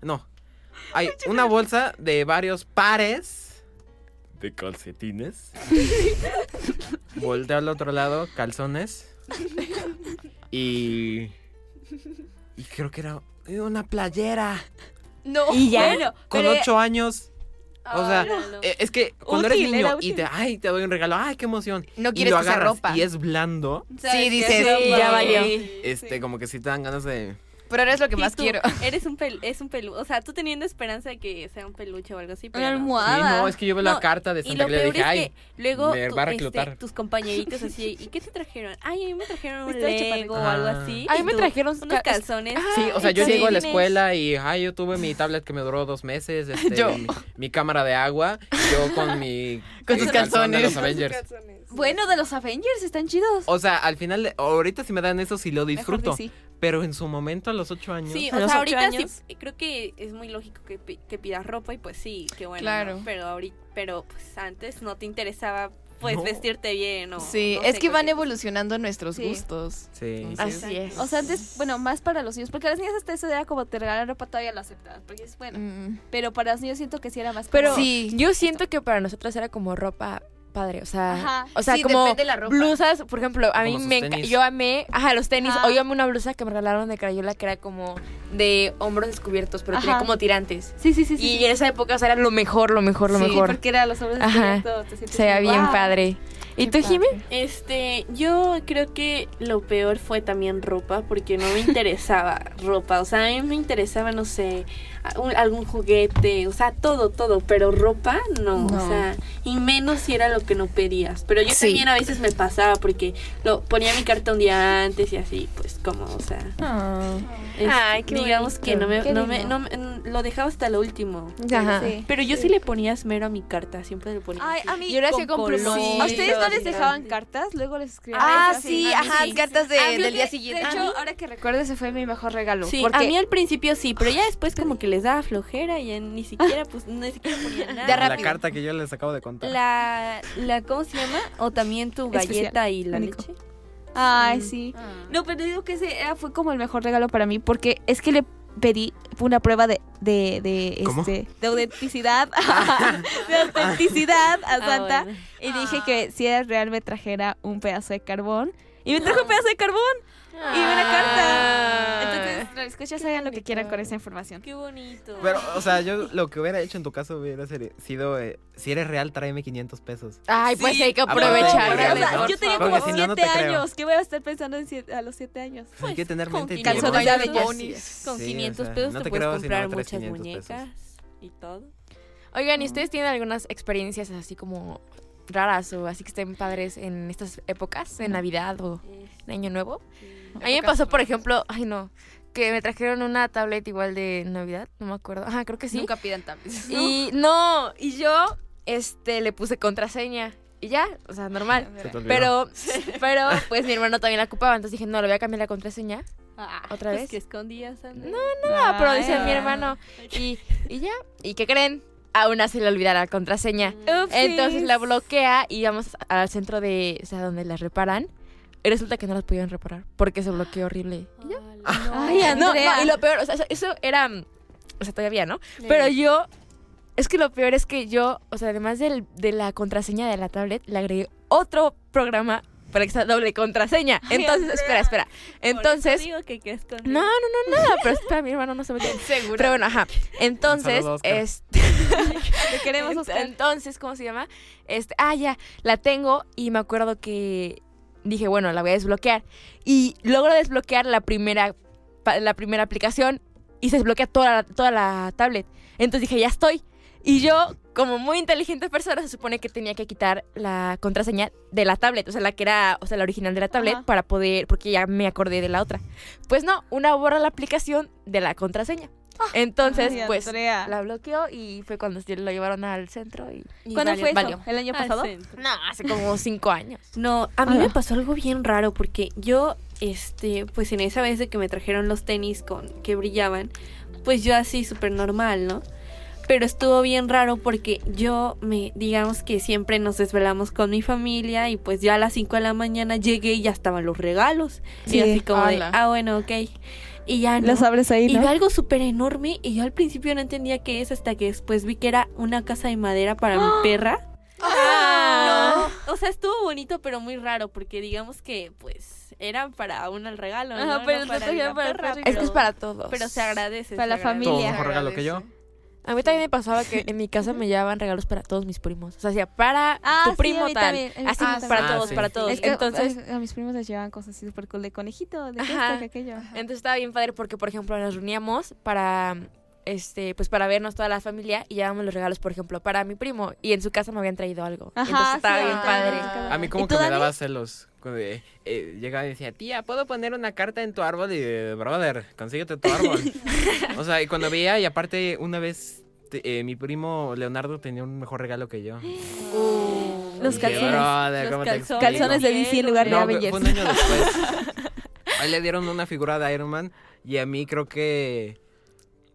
[SPEAKER 4] no. Hay una bolsa de varios pares de calcetines. Volteo al otro lado, calzones. Y y creo que era una playera
[SPEAKER 7] no.
[SPEAKER 8] Y ya. Oh, Bueno,
[SPEAKER 4] con
[SPEAKER 8] pero-
[SPEAKER 4] ocho años. O sea,
[SPEAKER 7] Órale.
[SPEAKER 4] eh, es que cuando eres
[SPEAKER 8] Útil,
[SPEAKER 4] niño
[SPEAKER 8] era
[SPEAKER 4] y te, ay, te doy un regalo, ay, qué emoción.
[SPEAKER 7] No
[SPEAKER 4] y
[SPEAKER 7] quieres
[SPEAKER 4] lo
[SPEAKER 7] que sea
[SPEAKER 4] agarras
[SPEAKER 7] ropa.
[SPEAKER 4] Y es blando,
[SPEAKER 7] Sí, dices,
[SPEAKER 6] ya valió.
[SPEAKER 4] este, como que sí te dan ganas de.
[SPEAKER 7] pero eres lo que
[SPEAKER 5] Y
[SPEAKER 7] más
[SPEAKER 5] tú,
[SPEAKER 7] quiero. (laughs)
[SPEAKER 5] Eres un pelu, es un pelu, o sea, tú teniendo esperanza de que sea un peluche o algo así, pero
[SPEAKER 8] Una
[SPEAKER 5] no.
[SPEAKER 4] Sí,
[SPEAKER 8] almohada.
[SPEAKER 4] no, es que yo veo
[SPEAKER 5] No,
[SPEAKER 4] la carta de
[SPEAKER 5] Y
[SPEAKER 4] Santa
[SPEAKER 5] lo
[SPEAKER 4] Claus y
[SPEAKER 5] peor
[SPEAKER 4] dije,
[SPEAKER 5] es
[SPEAKER 4] ay,
[SPEAKER 5] que luego
[SPEAKER 4] me
[SPEAKER 5] tu-
[SPEAKER 4] va a
[SPEAKER 5] este,
[SPEAKER 4] reclutar. (laughs)
[SPEAKER 5] tus compañeritos así, ¿y qué te trajeron? Ay, a mí me trajeron un
[SPEAKER 8] Estaba chaparrito.
[SPEAKER 5] Lego o algo
[SPEAKER 4] Ah.
[SPEAKER 5] así.
[SPEAKER 6] A mí
[SPEAKER 5] y
[SPEAKER 6] me
[SPEAKER 5] tú,
[SPEAKER 6] trajeron
[SPEAKER 5] unos
[SPEAKER 6] ca- Ah,
[SPEAKER 5] calzones.
[SPEAKER 4] Sí, o sea, yo
[SPEAKER 5] Ay,
[SPEAKER 4] llego a la
[SPEAKER 5] calcetines.
[SPEAKER 4] escuela y, ay, yo tuve mi tablet que me duró dos meses, este,
[SPEAKER 7] Yo.
[SPEAKER 4] Mi, mi cámara de agua, yo con mi...
[SPEAKER 7] Con
[SPEAKER 4] el
[SPEAKER 7] tus
[SPEAKER 4] calzón de
[SPEAKER 7] calzones.
[SPEAKER 4] los Avengers.
[SPEAKER 8] Bueno, de los Avengers, están chidos.
[SPEAKER 4] O sea, al final, de- ahorita si me dan eso, sí lo
[SPEAKER 8] Mejor
[SPEAKER 4] Oh, disfruto.
[SPEAKER 8] que sí.
[SPEAKER 4] Pero en su momento, a los ocho años...
[SPEAKER 5] Sí,
[SPEAKER 6] A
[SPEAKER 5] o
[SPEAKER 6] los
[SPEAKER 5] sea,
[SPEAKER 6] ocho
[SPEAKER 5] ahorita sí,
[SPEAKER 6] años.
[SPEAKER 5] creo que es muy lógico que, pi- que pidas ropa y pues sí, que bueno.
[SPEAKER 7] Claro.
[SPEAKER 5] ¿no? Pero ahorita, pero pues antes no te interesaba pues
[SPEAKER 4] No.
[SPEAKER 5] vestirte bien o
[SPEAKER 7] (laughs) Sí,
[SPEAKER 5] no
[SPEAKER 7] es
[SPEAKER 5] sé,
[SPEAKER 7] que
[SPEAKER 5] cualquier
[SPEAKER 7] van
[SPEAKER 5] cosa.
[SPEAKER 7] evolucionando nuestros
[SPEAKER 8] Sí.
[SPEAKER 7] gustos.
[SPEAKER 4] Sí.
[SPEAKER 7] Entonces,
[SPEAKER 6] Así es.
[SPEAKER 8] O sea, antes, bueno, más para los niños, porque a las niñas hasta eso era como te regalan ropa todavía lo aceptabas, porque es bueno.
[SPEAKER 7] mm,
[SPEAKER 8] Pero para los niños siento que sí era más como-
[SPEAKER 6] Pero
[SPEAKER 7] Sí.
[SPEAKER 6] yo siento que para nosotras era como ropa padre, o sea,
[SPEAKER 8] Ajá.
[SPEAKER 6] o sea,
[SPEAKER 7] Sí,
[SPEAKER 6] como
[SPEAKER 7] depende de la ropa.
[SPEAKER 6] blusas, por ejemplo, a mí
[SPEAKER 4] Como sus
[SPEAKER 6] me enca-
[SPEAKER 4] tenis.
[SPEAKER 6] yo amé, ajá, los tenis,
[SPEAKER 8] Ajá.
[SPEAKER 6] o yo amé una blusa que me regalaron de Crayola que era como de hombros descubiertos, pero tenía
[SPEAKER 8] Ajá.
[SPEAKER 6] como tirantes.
[SPEAKER 8] Sí, sí, sí, sí.
[SPEAKER 6] Y en esa época o sea, era lo mejor, lo mejor, lo
[SPEAKER 8] sí,
[SPEAKER 6] mejor.
[SPEAKER 8] porque era los hombres
[SPEAKER 6] Ajá.
[SPEAKER 8] descubiertos, te sientes
[SPEAKER 6] Se veía
[SPEAKER 8] como,
[SPEAKER 6] bien
[SPEAKER 8] "Wow".
[SPEAKER 6] padre. ¿Y
[SPEAKER 8] Qué
[SPEAKER 6] tú, Jimmy?
[SPEAKER 8] padre.
[SPEAKER 5] Este, yo creo que lo peor fue también ropa, porque no me
[SPEAKER 8] (laughs)
[SPEAKER 5] interesaba ropa. O sea, a mí me interesaba, no sé, a- un- algún juguete, o sea, todo, todo, pero ropa no,
[SPEAKER 7] No.
[SPEAKER 5] O sea, y menos si era lo que no pedías. Pero yo
[SPEAKER 7] Sí.
[SPEAKER 5] también a veces me pasaba, porque lo ponía mi carta un día antes y así, pues como, o sea.
[SPEAKER 8] Ah.
[SPEAKER 5] es-
[SPEAKER 6] Ay, qué
[SPEAKER 5] digamos que no me,
[SPEAKER 8] Qué
[SPEAKER 5] no me,
[SPEAKER 8] lindo.
[SPEAKER 5] no me- n- lo dejaba hasta lo último.
[SPEAKER 6] Ajá.
[SPEAKER 8] Sí.
[SPEAKER 5] Pero yo sí le ponía esmero a mi carta, siempre le ponía.
[SPEAKER 8] Ay,
[SPEAKER 5] así.
[SPEAKER 8] a mí.
[SPEAKER 6] Y ahora sí con
[SPEAKER 5] colores.
[SPEAKER 6] plumas.
[SPEAKER 8] ¿A ustedes no les
[SPEAKER 5] Sí.
[SPEAKER 8] dejaban cartas? Luego les escribían.
[SPEAKER 7] Ah,
[SPEAKER 8] cartas.
[SPEAKER 7] sí,
[SPEAKER 8] A mí
[SPEAKER 7] ajá,
[SPEAKER 8] sí.
[SPEAKER 7] cartas de-
[SPEAKER 8] A mí
[SPEAKER 7] del día
[SPEAKER 8] que-
[SPEAKER 7] siguiente.
[SPEAKER 8] De hecho, ahora que recuerdo, ese fue mi mejor regalo.
[SPEAKER 5] Sí,
[SPEAKER 8] porque
[SPEAKER 5] a mí al principio sí, pero ya después como que les daba flojera y ya
[SPEAKER 8] (laughs)
[SPEAKER 5] ni siquiera pues ni siquiera ponían nada.
[SPEAKER 7] De
[SPEAKER 4] la
[SPEAKER 7] rápido.
[SPEAKER 4] carta que yo les acabo de contar.
[SPEAKER 5] La, la ¿cómo se llama? O también tu
[SPEAKER 8] Especial,
[SPEAKER 5] galleta y la
[SPEAKER 8] único.
[SPEAKER 5] leche.
[SPEAKER 8] Ay, sí. No, pero digo que ese era- fue como el mejor regalo para mí porque es que le pedí una prueba de de de,
[SPEAKER 4] ¿Cómo?
[SPEAKER 8] este, de autenticidad de autenticidad a Santa
[SPEAKER 5] Ah, bueno.
[SPEAKER 8] y dije que si era real me trajera un pedazo de carbón y me trajo un pedazo de carbón y una
[SPEAKER 4] Ah.
[SPEAKER 8] carta entonces las escuchas hagan lo que quieran con esa información
[SPEAKER 5] Ah. Qué bonito.
[SPEAKER 4] Pero, o sea, yo lo que hubiera hecho en tu caso hubiera ser- sido, eh, si eres real, tráeme 500 pesos.
[SPEAKER 6] Ay, pues hay que
[SPEAKER 4] aparte,
[SPEAKER 6] aprovechar.
[SPEAKER 4] por
[SPEAKER 8] Pero, o
[SPEAKER 4] Reales,
[SPEAKER 8] sea,
[SPEAKER 4] ¿no?
[SPEAKER 8] yo tenía
[SPEAKER 4] Porque
[SPEAKER 8] como
[SPEAKER 4] si no, no te
[SPEAKER 8] siete
[SPEAKER 4] creo.
[SPEAKER 8] años qué voy a estar pensando en siete- a los siete años
[SPEAKER 4] Hay que tener
[SPEAKER 5] con
[SPEAKER 4] mente y
[SPEAKER 5] 500
[SPEAKER 4] tiempo.
[SPEAKER 8] Pues, Calzones de
[SPEAKER 7] Ay,
[SPEAKER 8] Avengers.
[SPEAKER 7] bonis.
[SPEAKER 5] Con
[SPEAKER 4] Sí,
[SPEAKER 5] 500
[SPEAKER 4] o sea,
[SPEAKER 5] pesos
[SPEAKER 4] no
[SPEAKER 5] te,
[SPEAKER 4] te
[SPEAKER 5] puedes
[SPEAKER 4] creo si no
[SPEAKER 5] comprar
[SPEAKER 4] traes
[SPEAKER 5] muchas
[SPEAKER 4] 500
[SPEAKER 5] muñecas y todo.
[SPEAKER 6] Oigan, ¿y ustedes tienen algunas experiencias así como raras o así que estén padres en estas épocas, en Navidad o en Año Nuevo? A mí me pasó, por ejemplo, ay no, que me trajeron una tablet igual de Navidad, no me acuerdo. Ajá, creo que sí.
[SPEAKER 7] Nunca pidan tablets.
[SPEAKER 6] Y no, y yo este le puse contraseña Y ya, o sea, normal.
[SPEAKER 4] Se te olvidó.
[SPEAKER 6] Pero, pero, pues mi hermano también la ocupaba, entonces dije, no, le voy a cambiar la contraseña.
[SPEAKER 8] Ah,
[SPEAKER 6] ¿Otra
[SPEAKER 8] pues
[SPEAKER 6] vez?
[SPEAKER 5] que escondías, Andrea.
[SPEAKER 6] Ah, pero dice
[SPEAKER 8] Ay.
[SPEAKER 6] mi hermano. Y, y ya, ¿y qué creen? A una se le olvida la contraseña. Entonces la bloquea y vamos al centro de, o sea, donde las reparan. Y resulta que no las pudieron reparar porque se bloqueó horrible. Y ya.
[SPEAKER 8] Ay,
[SPEAKER 6] No,
[SPEAKER 8] Andrea.
[SPEAKER 6] no, y lo peor, o sea, eso- eso era, mm, o sea, todavía, ¿no? Pero yo, es que lo peor es que yo, o sea, además del- de la contraseña de la tablet, le agregué otro programa para que sea doble contraseña. Entonces, espera, espera. Entonces,
[SPEAKER 5] digo que que escondías.
[SPEAKER 6] no, no, no, nada, pero espera, mi hermano no se metió. (laughs) Seguro. Pero bueno, ajá. Entonces,
[SPEAKER 4] saludo, Oscar.
[SPEAKER 6] este, (laughs)
[SPEAKER 8] Te queremos, Oscar.
[SPEAKER 6] entonces, ¿cómo se llama? Este, ah, ya, la tengo y me acuerdo que dije, bueno, la voy a desbloquear y logro desbloquear la primera pa- la primera aplicación y se desbloquea toda la, toda la tablet. Entonces dije, ya estoy. Y yo, como muy inteligente persona, se supone que tenía que quitar la contraseña de la tablet, o sea, la que era, o sea, la original de la tablet
[SPEAKER 8] Ajá.
[SPEAKER 6] para poder, porque ya me acordé de la otra. Pues no, una borra la aplicación de la contraseña. Entonces,
[SPEAKER 8] Ah, Ay,
[SPEAKER 6] pues
[SPEAKER 8] Andrea.
[SPEAKER 6] la bloqueó y fue cuando se lo llevaron al centro y, y
[SPEAKER 8] ¿Cuándo
[SPEAKER 6] valió-
[SPEAKER 8] fue eso?
[SPEAKER 6] valió.
[SPEAKER 8] ¿El año
[SPEAKER 5] Al
[SPEAKER 8] pasado?
[SPEAKER 5] centro.
[SPEAKER 6] No, hace como cinco años.
[SPEAKER 8] (laughs)
[SPEAKER 5] No, a mí
[SPEAKER 8] Ah.
[SPEAKER 5] me pasó algo bien raro porque yo, este, pues en esa vez de que me trajeron los tenis con que brillaban, pues yo así súper normal, ¿no? Pero estuvo bien raro porque yo me, digamos que siempre nos desvelamos con mi familia y pues yo a las 5 de la mañana llegué y ya estaban los regalos.
[SPEAKER 8] Sí.
[SPEAKER 5] Y así como de,
[SPEAKER 6] Ala.
[SPEAKER 5] ah, bueno, ok. Y
[SPEAKER 6] Ah,
[SPEAKER 5] ya no.
[SPEAKER 8] Los abres ahí,
[SPEAKER 5] Y vi
[SPEAKER 8] ¿no?
[SPEAKER 5] algo súper enorme y yo al principio no entendía qué es hasta que después vi que era una casa de madera para mi perra. Ah, No, o sea, estuvo bonito pero muy raro porque digamos que pues eran para uno el regalo,
[SPEAKER 8] Ajá,
[SPEAKER 5] ¿no?
[SPEAKER 8] pero
[SPEAKER 5] No
[SPEAKER 8] el otro era
[SPEAKER 5] la
[SPEAKER 8] para el
[SPEAKER 5] perra,
[SPEAKER 8] perro.
[SPEAKER 5] pero-
[SPEAKER 6] Es que es para todos.
[SPEAKER 5] pero se agradece.
[SPEAKER 8] Para
[SPEAKER 5] se
[SPEAKER 8] la
[SPEAKER 5] agradece.
[SPEAKER 8] familia.
[SPEAKER 4] Todo mejor regalo que yo.
[SPEAKER 6] A mí también me pasaba
[SPEAKER 8] (laughs)
[SPEAKER 6] que en mi casa me llevaban regalos para todos mis primos. O sea, hacía para
[SPEAKER 8] Ah,
[SPEAKER 6] tu
[SPEAKER 8] sí,
[SPEAKER 6] primo
[SPEAKER 8] a mí
[SPEAKER 6] tal.
[SPEAKER 8] también, a mí
[SPEAKER 6] Así
[SPEAKER 8] también.
[SPEAKER 6] para
[SPEAKER 4] Ah,
[SPEAKER 6] todos,
[SPEAKER 4] sí.
[SPEAKER 6] para todos.
[SPEAKER 8] Es que,
[SPEAKER 6] entonces,
[SPEAKER 8] eh, a mis primos les llevaban cosas así súper cool de conejito, de
[SPEAKER 6] Ajá.
[SPEAKER 8] esto, que aquello.
[SPEAKER 6] entonces estaba bien padre porque, por ejemplo, nos reuníamos para este, pues para vernos toda la familia y llevábamos los regalos, por ejemplo, para mi primo. Y en su casa me habían traído algo. entonces
[SPEAKER 8] sí, ah,
[SPEAKER 6] estaba
[SPEAKER 8] a mí
[SPEAKER 6] bien
[SPEAKER 8] también me
[SPEAKER 6] padre.
[SPEAKER 8] tocaba.
[SPEAKER 4] A mí como
[SPEAKER 8] ¿Y
[SPEAKER 4] que
[SPEAKER 8] tú,
[SPEAKER 4] me
[SPEAKER 8] Dani?
[SPEAKER 4] daba celos. cuando, eh, eh, llegaba y decía, tía, ¿puedo poner una carta en tu árbol? Y eh, brother, consíguete tu árbol. o sea, y cuando veía, y aparte una vez te- eh, mi primo Leonardo tenía un mejor regalo que yo.
[SPEAKER 8] Los
[SPEAKER 4] Dije,
[SPEAKER 8] calzones.
[SPEAKER 4] "Brother,
[SPEAKER 5] Los
[SPEAKER 4] ¿cómo te
[SPEAKER 5] calzones.
[SPEAKER 4] explico?".
[SPEAKER 8] Calzones de DC en lugar de
[SPEAKER 4] No, fue
[SPEAKER 8] Avengers.
[SPEAKER 4] un año después. Ahí le dieron una figura de Iron Man y a mí creo que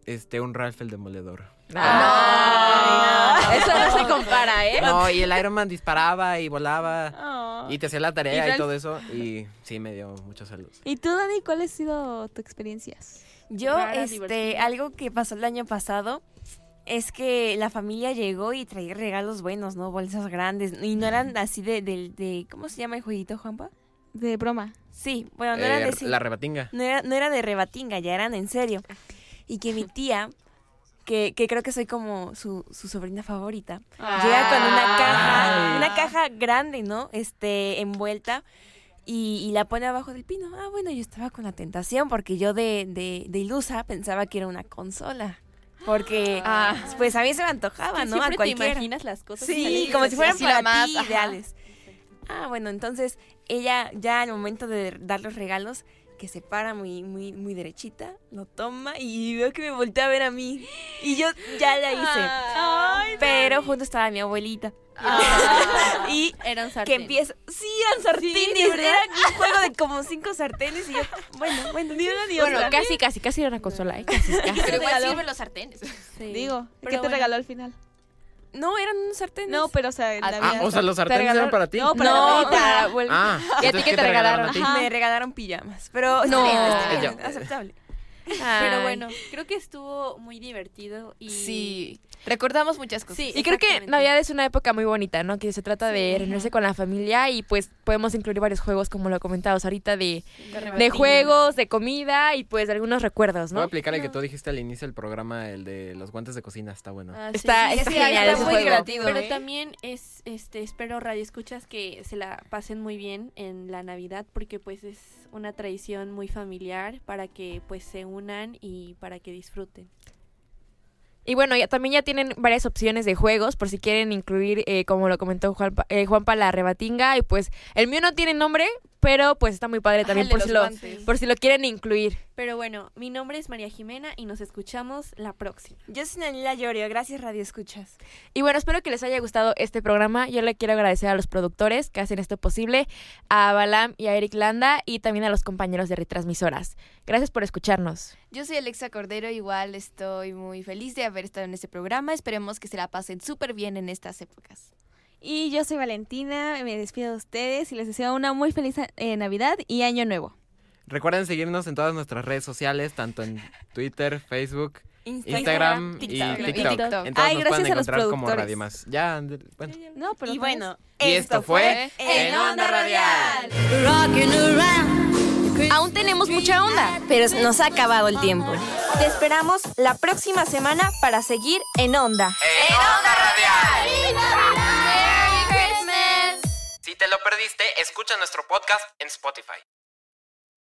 [SPEAKER 4] este un Ralph el Demoledor.
[SPEAKER 3] Ah.
[SPEAKER 6] No, Eso no se compara, ¿eh?
[SPEAKER 4] No, y el Iron Man disparaba y
[SPEAKER 8] Ah.
[SPEAKER 4] volaba y te hacía la tarea y, todo eso y sí me dio mucha salud.
[SPEAKER 8] ¿Y tú, Dani, cuál ha sido tu experiencia?
[SPEAKER 3] Yo,
[SPEAKER 5] Rara,
[SPEAKER 3] este,
[SPEAKER 5] divertida.
[SPEAKER 3] algo que pasó el año pasado es que la familia llegó y traía regalos buenos, ¿no? Bolsas grandes. Y no eran así de, de, de- ¿cómo se llama el jueguito, Juanpa?
[SPEAKER 8] De broma.
[SPEAKER 3] Sí, bueno, no
[SPEAKER 4] Eh,
[SPEAKER 3] eran de... sí-
[SPEAKER 4] la rebatinga.
[SPEAKER 3] no era, no era de rebatinga, ya eran en serio. Y que mi tía, que, que creo que soy como su, su sobrina favorita, llega con una caja, una caja grande, ¿no? Este, envuelta. Y, y la pone abajo del pino. Ah, bueno, yo estaba con la tentación porque yo de, de, de ilusa pensaba que era una consola. Porque, pues a mí se me antojaba, ¿no? A
[SPEAKER 5] Siempre te
[SPEAKER 3] cualquiera.
[SPEAKER 5] imaginas las cosas. y
[SPEAKER 3] Sí,
[SPEAKER 5] salen
[SPEAKER 3] como si fueran
[SPEAKER 5] así.
[SPEAKER 3] para
[SPEAKER 7] nomás,
[SPEAKER 3] ti
[SPEAKER 7] ajá.
[SPEAKER 3] ideales. Ah, bueno, entonces ella ya al momento de dar los regalos, que se para muy, muy, muy derechita, lo toma y veo que me voltea a ver a mí. Y yo ya la hice. Pero junto estaba mi abuelita.
[SPEAKER 6] (laughs)
[SPEAKER 5] (laughs)
[SPEAKER 3] y
[SPEAKER 5] Era un
[SPEAKER 3] que
[SPEAKER 5] sartén.
[SPEAKER 3] empieza. Sí, eran sartenes. era un juego de como cinco sartenes. Y yo, bueno, bueno. Ni una ni
[SPEAKER 6] Bueno, casi, casi, casi era una consola, ¿eh? Casi, casi.
[SPEAKER 7] Pero igual sirven los sartenes.
[SPEAKER 5] Sí.
[SPEAKER 8] Digo, ¿qué
[SPEAKER 5] Pero
[SPEAKER 8] te
[SPEAKER 5] bueno.
[SPEAKER 8] regaló al final?
[SPEAKER 3] No, eran unos sartenes.
[SPEAKER 8] No, pero o sea, en la
[SPEAKER 4] Ah,
[SPEAKER 8] vida.
[SPEAKER 4] o sea, los sartenes
[SPEAKER 6] regalaron-
[SPEAKER 4] eran para ti.
[SPEAKER 8] No, pero
[SPEAKER 6] No,
[SPEAKER 8] ahorita.
[SPEAKER 6] para la abuela.
[SPEAKER 4] Ah,
[SPEAKER 6] ¿Y a ti
[SPEAKER 4] entonces,
[SPEAKER 6] qué te regalaron? Ah. este
[SPEAKER 4] a ti?
[SPEAKER 3] Me regalaron pijamas. Pero está
[SPEAKER 6] No.
[SPEAKER 3] bien, está bien,
[SPEAKER 4] Ella-
[SPEAKER 3] aceptable.
[SPEAKER 5] Pero
[SPEAKER 3] Ah,
[SPEAKER 6] Ay.
[SPEAKER 5] bueno, creo que estuvo muy divertido y
[SPEAKER 7] Sí. Recordamos muchas cosas.
[SPEAKER 5] Sí,
[SPEAKER 6] Y creo que
[SPEAKER 5] exactamente.
[SPEAKER 6] Navidad es una época muy bonita, ¿no? Que se trata de reunirse con la familia y pues podemos incluir varios juegos, como lo comentabas ahorita, de, de juegos, de comida y pues de algunos recuerdos,
[SPEAKER 4] Voy a
[SPEAKER 6] ¿no?
[SPEAKER 4] aplicar el que tú dijiste al inicio del programa, el de los guantes de cocina, está bueno.
[SPEAKER 5] Ah, sí,
[SPEAKER 6] Está,
[SPEAKER 5] sí,
[SPEAKER 6] está
[SPEAKER 7] sí,
[SPEAKER 6] genial
[SPEAKER 7] está
[SPEAKER 6] ese
[SPEAKER 7] muy
[SPEAKER 6] juego.
[SPEAKER 7] gratis. divertido,
[SPEAKER 5] Pero
[SPEAKER 7] ¿eh?
[SPEAKER 5] también es, este, espero radio escuchas que se la pasen muy bien en la Navidad porque pues es una tradición muy familiar para que pues se unan y para que disfruten.
[SPEAKER 6] Y bueno, ya, también ya tienen varias opciones de juegos por si quieren incluir, eh, como lo comentó Juanpa, eh, Juanpa, la rebatinga. Y pues el mío no tiene nombre, pero pues está muy padre también
[SPEAKER 7] Ah, el de
[SPEAKER 6] por,
[SPEAKER 7] los
[SPEAKER 6] si lo,
[SPEAKER 7] guantes.
[SPEAKER 6] por si lo quieren incluir.
[SPEAKER 5] Pero bueno, mi nombre es María Jimena y nos escuchamos la próxima.
[SPEAKER 3] Yo soy Nelila Llorio, gracias Radio Escuchas.
[SPEAKER 6] Y bueno, espero que les haya gustado este programa. Yo le quiero agradecer a los productores que hacen esto posible, a Balam y a Eric Landa y también a los compañeros de retransmisoras. Gracias por escucharnos.
[SPEAKER 7] Yo soy Alexa Cordero, igual estoy muy feliz de haber estado en este programa. Esperemos que se la pasen súper bien en estas épocas.
[SPEAKER 8] Y yo soy Valentina, me despido de ustedes y les deseo una muy feliz eh, Navidad y Año Nuevo.
[SPEAKER 4] Recuerden seguirnos en todas nuestras redes sociales, tanto en Twitter, Facebook,
[SPEAKER 7] Instagram,
[SPEAKER 4] Instagram,
[SPEAKER 7] TikTok.
[SPEAKER 4] y TikTok.
[SPEAKER 7] Y TikTok.
[SPEAKER 4] En todas
[SPEAKER 8] Ay,
[SPEAKER 4] nos
[SPEAKER 8] gracias
[SPEAKER 4] pueden
[SPEAKER 8] a los
[SPEAKER 4] encontrar como
[SPEAKER 8] productores.
[SPEAKER 4] Radio Más. Ya, Ander- bueno.
[SPEAKER 8] No, pero
[SPEAKER 3] Y
[SPEAKER 8] otra vez.
[SPEAKER 3] bueno,
[SPEAKER 4] Y esto fue
[SPEAKER 3] En Onda Radial.
[SPEAKER 1] Aún tenemos mucha onda.
[SPEAKER 9] Pero nos ha acabado el tiempo. Te esperamos la próxima semana para seguir en onda.
[SPEAKER 4] Si te lo perdiste, escucha nuestro podcast en Spotify.